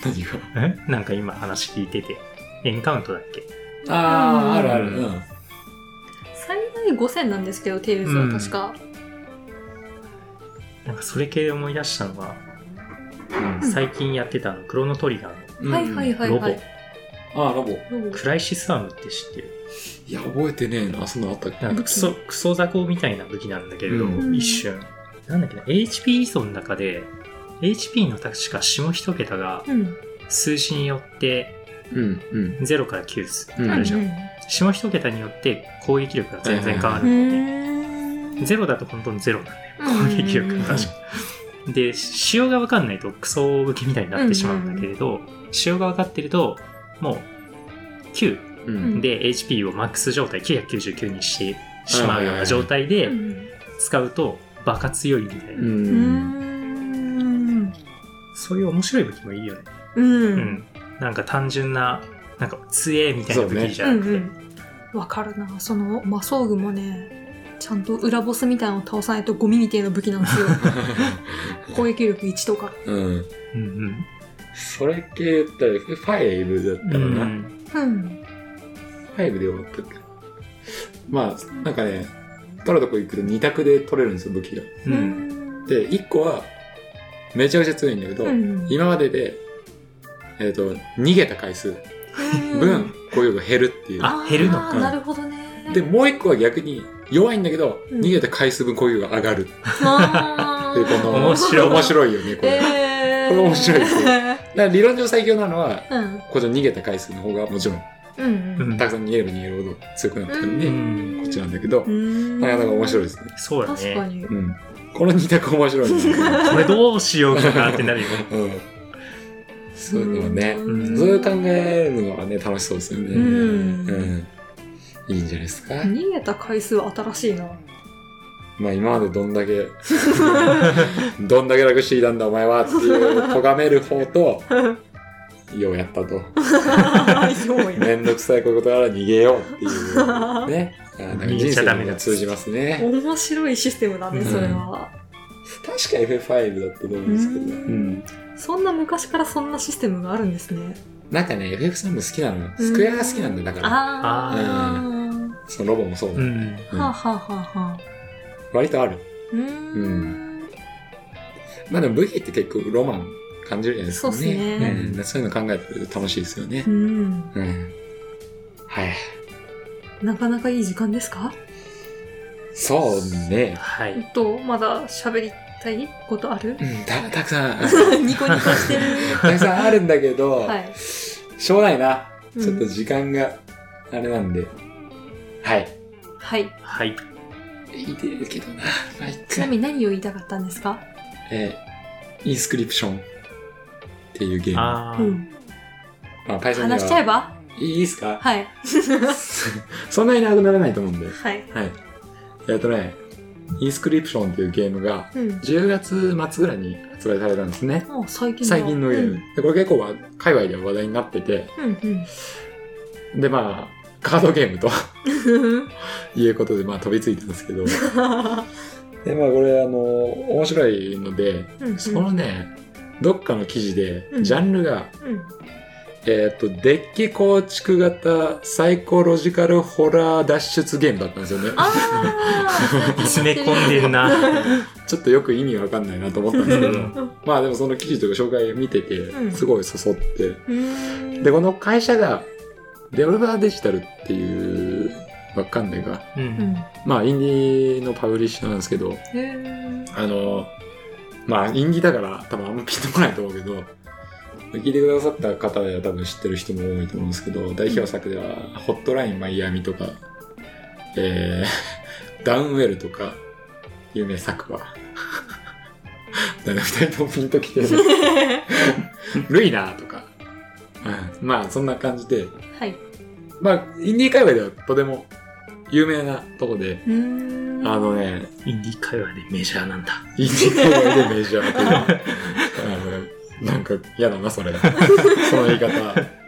B: 何が。
C: なんか今話聞いてて、エンカウントだっけ
B: ああ、あるある。
C: うん
B: うん
A: 最大5000なんですけどテイルズは確か、
C: なんかそれ系で思い出したのは、
B: うん
C: 最近やってたあの、クロノトリガー
B: うん
A: はいはいはい
C: ロボ
A: はい
B: ああ、ロボ。い
A: ロボ
C: のクライシスアームって知ってる
B: や、覚えてねえな。そんなのあったっけ
C: なんかクソ、クソ雑魚みたいな武器なんだけれど、
B: うん
C: 一瞬。なんだっけな、HP 依存の中で、HP の確か下一桁が
A: うん
C: 数字によって
B: うん、うん。
C: 0から9です。
B: うん
C: あるじゃん。下一桁によって攻撃力が全然変わ
A: う
C: る
A: ん
C: だよね。
A: ん
C: ゼロだと本当にゼロなんだよ、攻撃
A: う
C: 力
A: ん
C: が確かに。で、仕様が分かんないとクソ武器みたいになってしまうんだけれど、仕様が分かってると、もう9
A: う
B: う。
A: んん
C: で HP をマックス状態999にしてしまうような状態で使うとバカ強いみたいな。
B: う。
A: うんん
C: そういう面白い武器もいいよね。
A: う
C: うんん。なんか単純な、なんか杖みたいな武器じゃ
A: う
C: なんくて、
A: うんわかるなその魔装具もねちゃんと裏ボスみたいなのを倒さないとゴミみたいな武器なんですよ攻撃力1とか
B: うん。
C: うんうん
B: それ系だよ。5だったかな。
C: うん
A: うん
B: 5で終わったっけまあ、なんかね、取るとこ行くと2択で取れるんですよ、武器が。
C: う
A: うんん
B: で、1個は、めちゃくちゃ強いんだけど、
A: うん
B: 今までで、えっ、と、逃げた回数分、こういうのが減るっていう。
C: あ減るのか
A: あーなるほどね
B: で、もう1個は逆に、弱いんだけど、
A: うん
B: 逃げた回数分こういうのが上がるって
A: あ
B: いう、この、
C: 面白い
B: 面白いよね、これ。だか
A: えー、
B: これ面白いですよら理論上最強なのは、
A: うん
B: こっちの逃げた回数の方がもちろん、
A: うんうん
B: たくさん逃げれば逃げるほど強くなってくるんで、こ
A: うん
B: っちなんだけど、
A: うん
B: なかなか面白いですね。
C: そうだ
A: 確か
C: ね
A: に
B: うん。この二択面白いです
A: (laughs)
B: ね。
C: これどうしようかなってなるよ
B: うん。そういうのはね、
A: うん
B: そういう考えるのはね、楽しそうですよね。
A: うん
B: うんいいんじゃないですか。
A: 逃げた回数は新しいな
B: (laughs) まあ今までどんだけ、 (laughs) どんだけ楽していたんだお前はっていう、咎める方 (laughs) と、ようやったと。
A: 用意
B: めんどくさいことから逃げようっていう。ね。あなんか人生にも通じますね。
A: 面白いシステムだねそれは、
B: 確か F5 だったと思うんですけど。うん
A: そんな昔からそんなシステムがあるんですね
B: なんかね、FF3 も好きなのよ。スクエアが好きなんだよだから。
A: あー
B: そのロボもそうだ、
C: うん
B: うん
A: はあ、はあはあはあ
B: 割とある。
A: うーん
B: まあでも武器って結構ロマン感じるじゃないですかね。
A: そうっすね
B: うんそういうの考えてると楽しいですよね
A: う。ん
B: うん。はい。
A: なかなかいい時間ですか
B: そうね。
C: はい
A: えっとまだ喋りたいことある
B: うん、た、たくさん、
A: (laughs) ニコニコして
B: (laughs)
A: る
B: たくさんあるんだけど、
A: はい
B: しょうがないな。
A: うん
B: ちょっと時間があれなんで。はい。
A: はい
C: はい
B: いいでけどな。まあ、いっ
A: ちな
B: か
A: みに何を言いたかったんですか
B: えーインスクリプションっていうゲーム。
C: あ
A: う
C: ー
A: ん
B: まあ、パイソンには
A: 話しちゃえば
B: いいです
A: (laughs)
B: か
A: はい
B: そんなに長くならないと思うんで。
A: はい
B: はい。えっ、とね、インスクリプションっていうゲームが
A: うん
B: 10月末ぐらいに発売されたんですね。
A: もう最近だ
B: 最近のゲーム。で、これ結構は海外では話題になってて、
A: うんうん
B: で、まあ、カードゲームと (laughs)
A: うん
B: いうことで、まあ飛びついたんですけど、 (laughs) で、まあこれ、あの、面白いので、
A: うん
B: そのね、どっかの記事で
A: う、ん
B: ジャンルが、
A: うん
B: えっ、と、デッキ構築型サイコロジカルホラー脱出ゲームだったんですよね。
A: あー
C: 詰め込んでるな
B: ちょっとよく意味わかんないなと思ったんですけ
C: う
B: ど、まあでもその記事とか紹介見て
A: う
B: て、
A: ん
B: すごい誘って。
A: うん
B: で、この会社が、デブルバーデジタルっていう、わかんないか。
C: う
A: うんん
B: まあ、インディーのパブリッシャーなんですけど、
A: へ
B: あの、まあ、インディーだから多分あんまピンとこないと思うけど、聞いてくださった方では多分知ってる人も多いと思うんですけど、代表作では、ホットラインマイアミとか、えー、 (laughs) ダウンウェルとか、有名作は。 (laughs) だから二人ともピンときてる。
A: ー
B: ルイナーとか、うん、まあそんな感じで、
A: はい
B: まあインディー界隈ではとても有名なとこで、
A: うん
B: あのね、
C: インディー界隈でメジャーなんだ
B: インディー界隈でメジャーというあの、なんか嫌だな、それ。 (laughs) その言い方、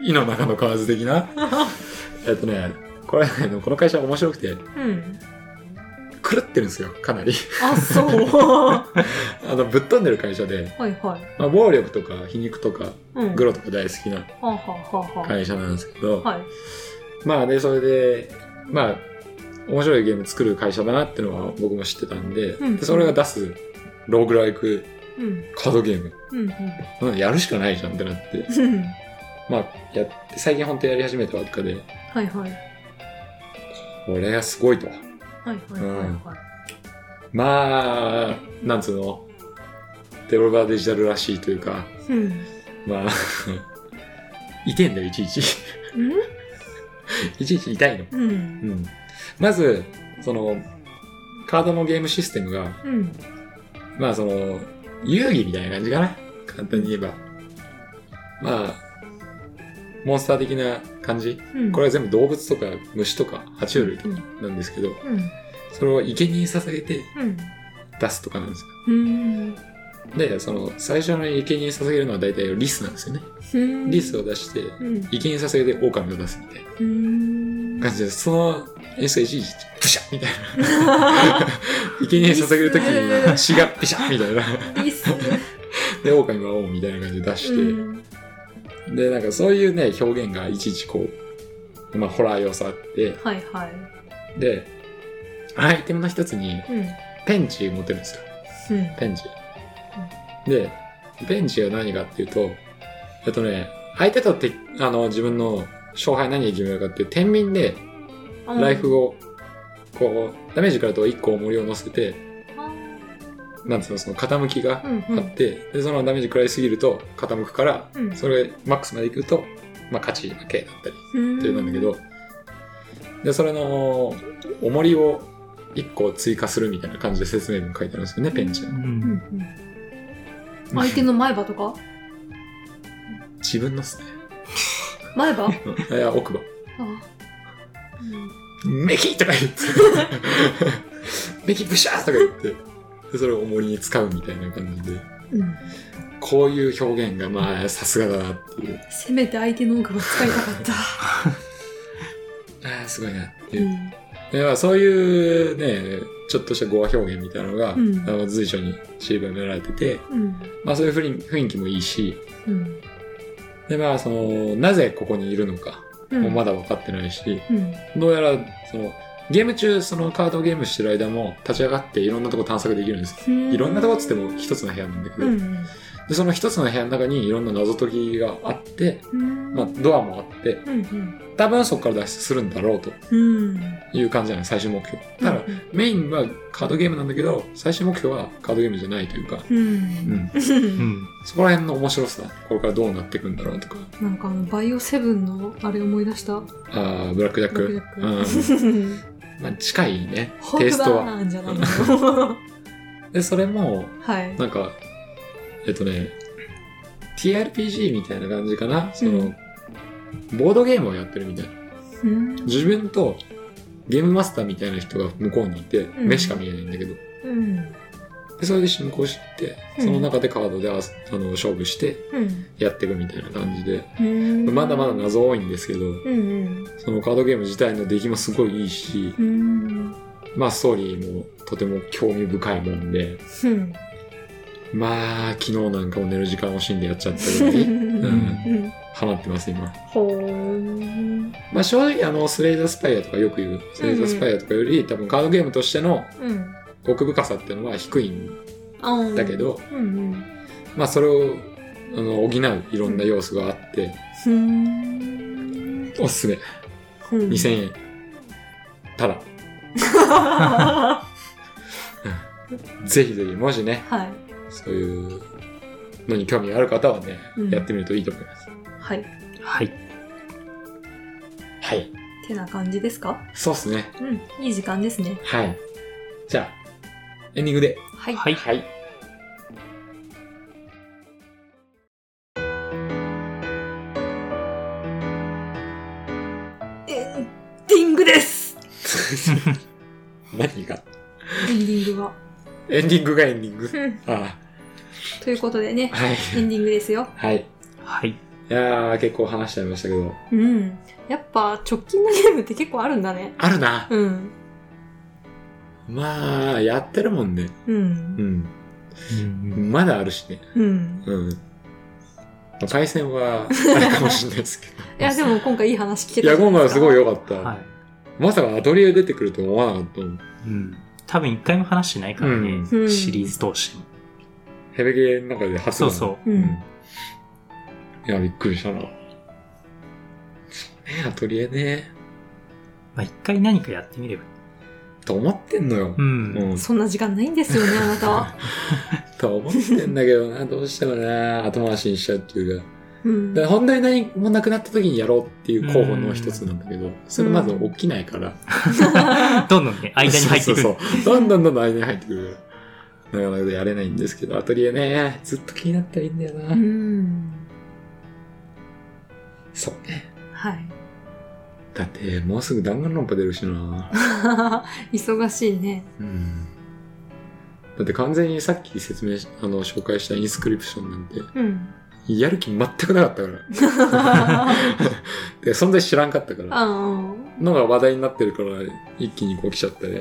B: 井の中の蛙的な。えっとね、これ、ね、この会社面白くて、
A: うん
B: 狂ってるんですよ、かなり。 (laughs)
A: あそう
B: あの、ぶっ飛んでる会社で、
A: はいはい
B: まあ、暴力とか皮肉とか、
A: うん
B: グロとか大好きな
A: はあはあはあは
B: 会社なんですけど、
A: あはい
B: まあね、それで、まあ、面白いゲーム作る会社だなってのは僕も知ってたんで、
A: うん
B: でそれが出すローグライク
A: うん
B: カードゲーム、
A: うん
B: うんやるしかないじゃんってなって、
A: うん
B: まあ、やって、最近本当やり始めたばっかで、
A: はいはい
B: これがすごいと。
A: はいはいはいはい
B: まあ、なんつうの、デベロバーデジタルらしいというか、
A: うん
B: まあ、 (laughs) 痛いんだよ、いちい (laughs) ち。いちいち痛いの。
A: うんうん
B: うん。まず、その、カードのゲームシステムが、
A: うん
B: まあその、遊戯みたいな感じかな。簡単に言えば。まあ、モンスター的な感じ。
A: うん
B: これは全部動物とか虫とか爬虫類と
A: う
B: か
A: ん
B: なんですけど、
A: うん
B: それを生贄に捧げて
A: うん
B: 出すとかなんですよ。
A: うん
B: で、その、最初の生贄に捧げるのは大体リスなんですよね。
A: うん
B: リスを出して、
A: うん
B: 生贄に捧げて狼を出すみたいな。
A: うん
B: 感じで、その演出がいちいち、プシャッみたいな。生贄に捧げるときに、血がピシャッみたいな。
A: いいっすね。
B: で、狼は王みたいな感じで出して、
A: うん
B: で、なんかそういうね、表現がいちいちこう、まあ、ホラー要素あって、
A: はいはい。
B: で、アイテムの一つ
A: う
B: に、
A: ん。
B: ペンチ持てるんですよ。
A: うん。
B: ペンチ。で、ペンチは何かっていうと、えっとね、相手とて、あの、自分の勝敗何が決めるかっていう、天秤で、
A: あ
B: ライフを、こう、ダメージからと1個重りを乗せて、なんつうの、その傾きが
A: うんう
B: あっ
A: ん。
B: て、で、そのダメージ食らいすぎると傾くから、
A: うん
B: それがマックスまでいくと、まあ、勝ち負けだったりっていうのなんだけど、で、それの、重りを1個追加するみたいな感じで説明文書いてあるんですよね、ペンチ
A: う
B: の
C: う。。
A: うんうんん。相手の前歯とか
B: 自分のっすね。
A: 前歯あ
B: いや、奥
A: う
B: 歯。
A: ん
B: メキとか (laughs) 言って。メキブシャーとか言って。で、それを重りに使うみたいな感じで。
A: うん。
B: こういう表現が、まあ、さすがだなっていう。
A: せめて相手の奥歯使いたかった。
B: ああ、すごいなって
A: う
B: いう。
A: ん
B: でまあ、そういうね、ちょっとした語話表現みたいなのが、
A: うん
B: あの随所に散りばめられてて、
A: うん。
B: まあ、そういう雰囲雰囲気もいいし、
A: うん。
B: で、まあ、その、なぜここにいるのか、
A: うん
B: もうまだ分かってないし、
A: うん。
B: どうやら、その、ゲーム中、そのカードゲームしてる間も立ち上がっていろんなとこ探索できるんですよいろんなとこっつっても一つの部屋なんだけど、
A: うん
B: でその一つの部屋の中にいろんな謎解きがあって、
A: うん。
B: まあ、ドアもあって
A: うん
B: 多分そこから脱出するんだろうと
A: うん。
B: いう感じじゃない最終目標
A: うん。
B: ただ、メインはカードゲームなんだけど最終目標はカードゲームじゃないというか、
A: う。
B: うんん、
C: うん。
B: そこら辺の面白さこれからどうなっていくんだろうとか
A: なんかあの、バイオセブンのあれ思い出した。ブ
B: あーブラックジャック
A: ラックジ
B: う
A: ャ
B: ん
A: ッ (laughs) ク。
B: まあ、近いね
A: ホ
B: テイ
A: ーク
B: ス
A: バ
B: ト
A: ー
B: は
A: ナーじゃないの
B: でそれも
A: はい。
B: なんかえっとね TRPG みたいな感じかなその、
A: うん
B: ボードゲームをやってるみたいな
A: うん。
B: 自分とゲームマスターみたいな人が向こうにいて、
A: ん
B: 目しか見えないんだけど、
A: うん。
B: でそれで進行して、
A: うん
B: その中でカードでああの勝負して
A: う
B: やっていくみたいな感じで、
A: ん。
B: まだまだ。謎多いんですけど、
A: うんうん。
B: そのカードゲーム自体の出来もすごいいいし、
A: うん。
B: まあストーリーもとても興味深いもんで、
A: うん。
B: まあ昨日なんかも寝る時間惜しんでやっちゃったぐらい、うん、
A: うん。
B: ハマってます今。
A: ほー。
B: まあ正直あのスレイザースパイアとかよく言う、スレイザースパイアとかより多分カードゲームとしての
A: うん。
B: 奥深さっていうのは低いん
A: あー
B: だけ。ど、
A: うんうん。
B: まあそれをあの補ういろんな要素があって、
A: ふーん。
B: おすすめ。
A: 2000
B: 2000円。ただ、
A: (laughs) は
B: ぜひぜひ、もしね、
A: い。
B: そういうのに興味がある方はね、
A: うん
B: やってみるといいと思います。
A: はい。
C: はい。
B: はい。
A: てな感じですか
B: そうっすね。
A: うん。いい時間ですね。
B: はい。じゃあ、エンディング
A: (laughs)
B: で。
A: はい。
C: はい。
B: はい。
A: エンディングです
B: 何が
A: エンディングは。
B: エンディングがエンディング。
A: うん
B: あ
A: ということでね
B: あ、、はい。
A: エンディングですよ。
B: はい。
C: はい。
B: いやー、結構話しちゃいましたけど、
A: うん。やっぱ直近のゲームって結構あるんだね。
B: あるな。
A: うん。
B: まあ、やってるもんね。
A: うん。
B: うん。
C: うん
B: まだあるしね。
A: うん。
B: うん。パイセンは、あれかもしれないですけ
C: (laughs)
B: ど。
A: いや、でも今回いい話聞け
B: い
A: た
B: や、今回はすごい
A: よ。
B: 良かった。
C: はい。
B: まさかアトリエ出てくると思わなかったもん。
C: うん。多分一回も話してないからね、
A: うん
C: シリーズ通しても。
B: ヘベゲーの中で初
C: そ
B: だ
C: う
B: な
C: そう。
A: うん。
B: いや、びっくりしたな。そうね、アトリエね。
C: まあ一回何かやってみればいい。
B: と思ってんのよ。う
C: う。
B: んん。
A: そんな時間ないんですよね、あな
B: (laughs)
A: た。
B: と思ってんだけどな、どうしてもな、後回しにしちゃうっていうか。
A: うん。
B: だから本当に何もなくなった時にやろうっていう候補の一つなんだけど、それまず起きないから。
C: どんどんね、間に入って
B: (laughs)
C: く
B: そうそ
C: る。
B: うそうどんどんどんどん間に入ってくるから。なかなかやれないんですけど、アトリエね、ずっと気になったらいいんだよな。
A: うん。
B: そうね。
A: はい。
B: だって、もうすぐ弾丸論破出るしな。
A: 忙しい (laughs) ね。
B: うん。だって完全にさっき説明し、あの、紹介したインスクリプションなんて、 (laughs)
A: うん。
C: (laughs)
B: やる気全くなかったから。で、存在知らんかったか
A: あ
B: ら。
A: ん。
B: のが話題になってるから、一気にこう来ちゃったり。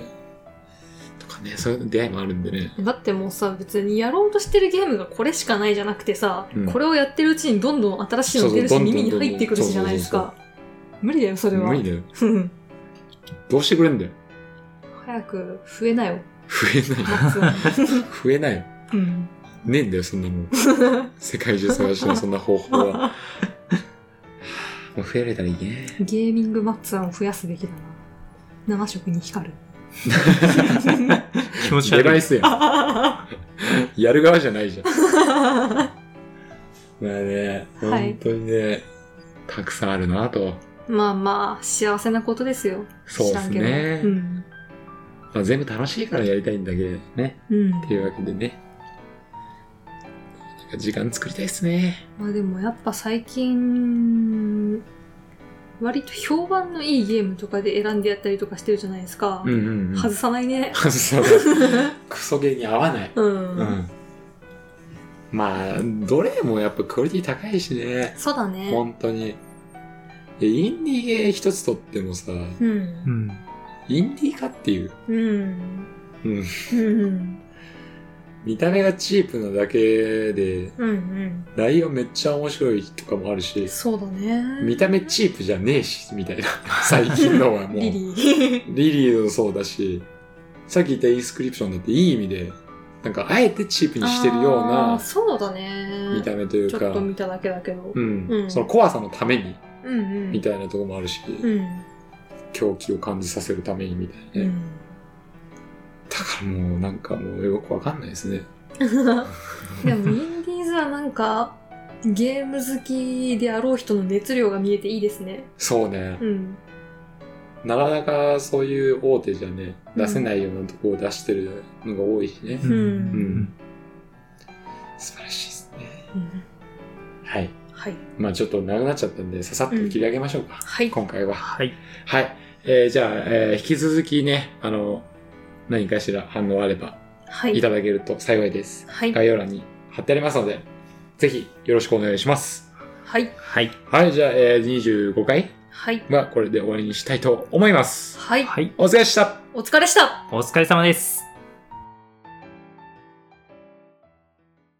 B: とかね、そういう出会いもあるんでね。
A: だってもうさ、別にやろうとしてるゲームがこれしかないじゃなくてさ、
B: うん
A: これをやってるうちにどんどん新しいの出る
B: そ
A: し、
B: うそうどんど
A: 耳
B: ん
A: に入ってくるしじゃないですか。無理だよ、それは。
B: 無理だよ。
A: うん
B: どうしてくれんだよ。
A: 早く増えなよ、
B: 増えない。
A: 夏。 (laughs)
B: 増えないよ。
A: うん。
B: ねえんだよ、そんな
A: (laughs)
B: もん。世界中探してもそんな方法は。もう増えられたらいいね。
A: ゲーミングマッツァンを増やすべきだな。7色に光る。
C: 気持ち
B: デバ
C: 悪
B: イ
C: い。
B: スやん。やる側じゃないじゃん。まあね、
A: はい
B: 本当にね、たくさんあるなと。
A: まあまあ、幸せなことですよ。
B: そうです
A: 知らん
B: ね
A: け。どうん。
B: まあ、全部楽しいからやりたいんだけどね。
A: うん。
B: っていうわけでね。なんか時間作りたいっすね。
A: まあでもやっぱ最近、割と評判のいいゲームとかで選んでやったりとかしてるじゃないですか。
B: うんうん、うん。
A: 外さないね。
B: 外さない。クソゲーに合わない。
A: うん。
B: うん。まあ、どれもやっぱクオリティ高いしね。
A: そうだね。
B: 本当に。えインディーゲー一つとってもさ、
A: う。
C: うんん。
B: インディーかっていう。
A: うん。
B: うん。
A: うん。
B: 見た目がチープなだけで、
A: うん。うん。
B: 内容めっちゃ面白いとかもあるし、
A: そうだね。
B: 見た目チープじゃねえし、みたい
A: (laughs)
B: な。最近のはもう。
A: リリー。
B: リリーもそうだし、さっき言ったインスクリプションだっていい意味で、なんかあえてチープにしてるよう
A: あー
B: な
A: そうだね。
B: 見た目という
A: ちょ
B: か
A: っと、見ただけだけど。
B: うん、
A: うん
B: その怖さのために
A: うんうん。
B: みたいなところもあるし、
A: うん。
B: 狂気を感じさせるためにみたいな
A: う
B: ね、
A: ん。
B: だからもうなんかもうよくわかんないですね。
A: (laughs) でも、インディーズはなんか、ゲーム好きであろう人の熱量が見えていいですね。
B: そうね、
A: うん。
B: なかなかそういう大手じゃね、
A: うん
B: 出せないようなところを出してるのが多いしね、
A: ん
B: うん素晴らしいですね。
A: うん
B: はい。
A: はい。
B: まあちょっと長くなっちゃったんで、ささっと切り上げましょうか、
A: はい。
B: 今回は。
C: はい。
B: はい。えーじゃあ、えー引き続きね、あの、何かしら反応あれば
A: はいい。
B: ただけると幸いです。
A: はい。
B: 概要欄に貼ってありますので、ぜひよろしくお願いします。
A: はい。
C: はい。
B: はい、じゃあ、えー25回
A: はい。
B: はこれで終わりにしたいと思います。
A: はい。
C: はい。
B: お疲れ様でした
A: お疲れでした
C: お疲れ様です。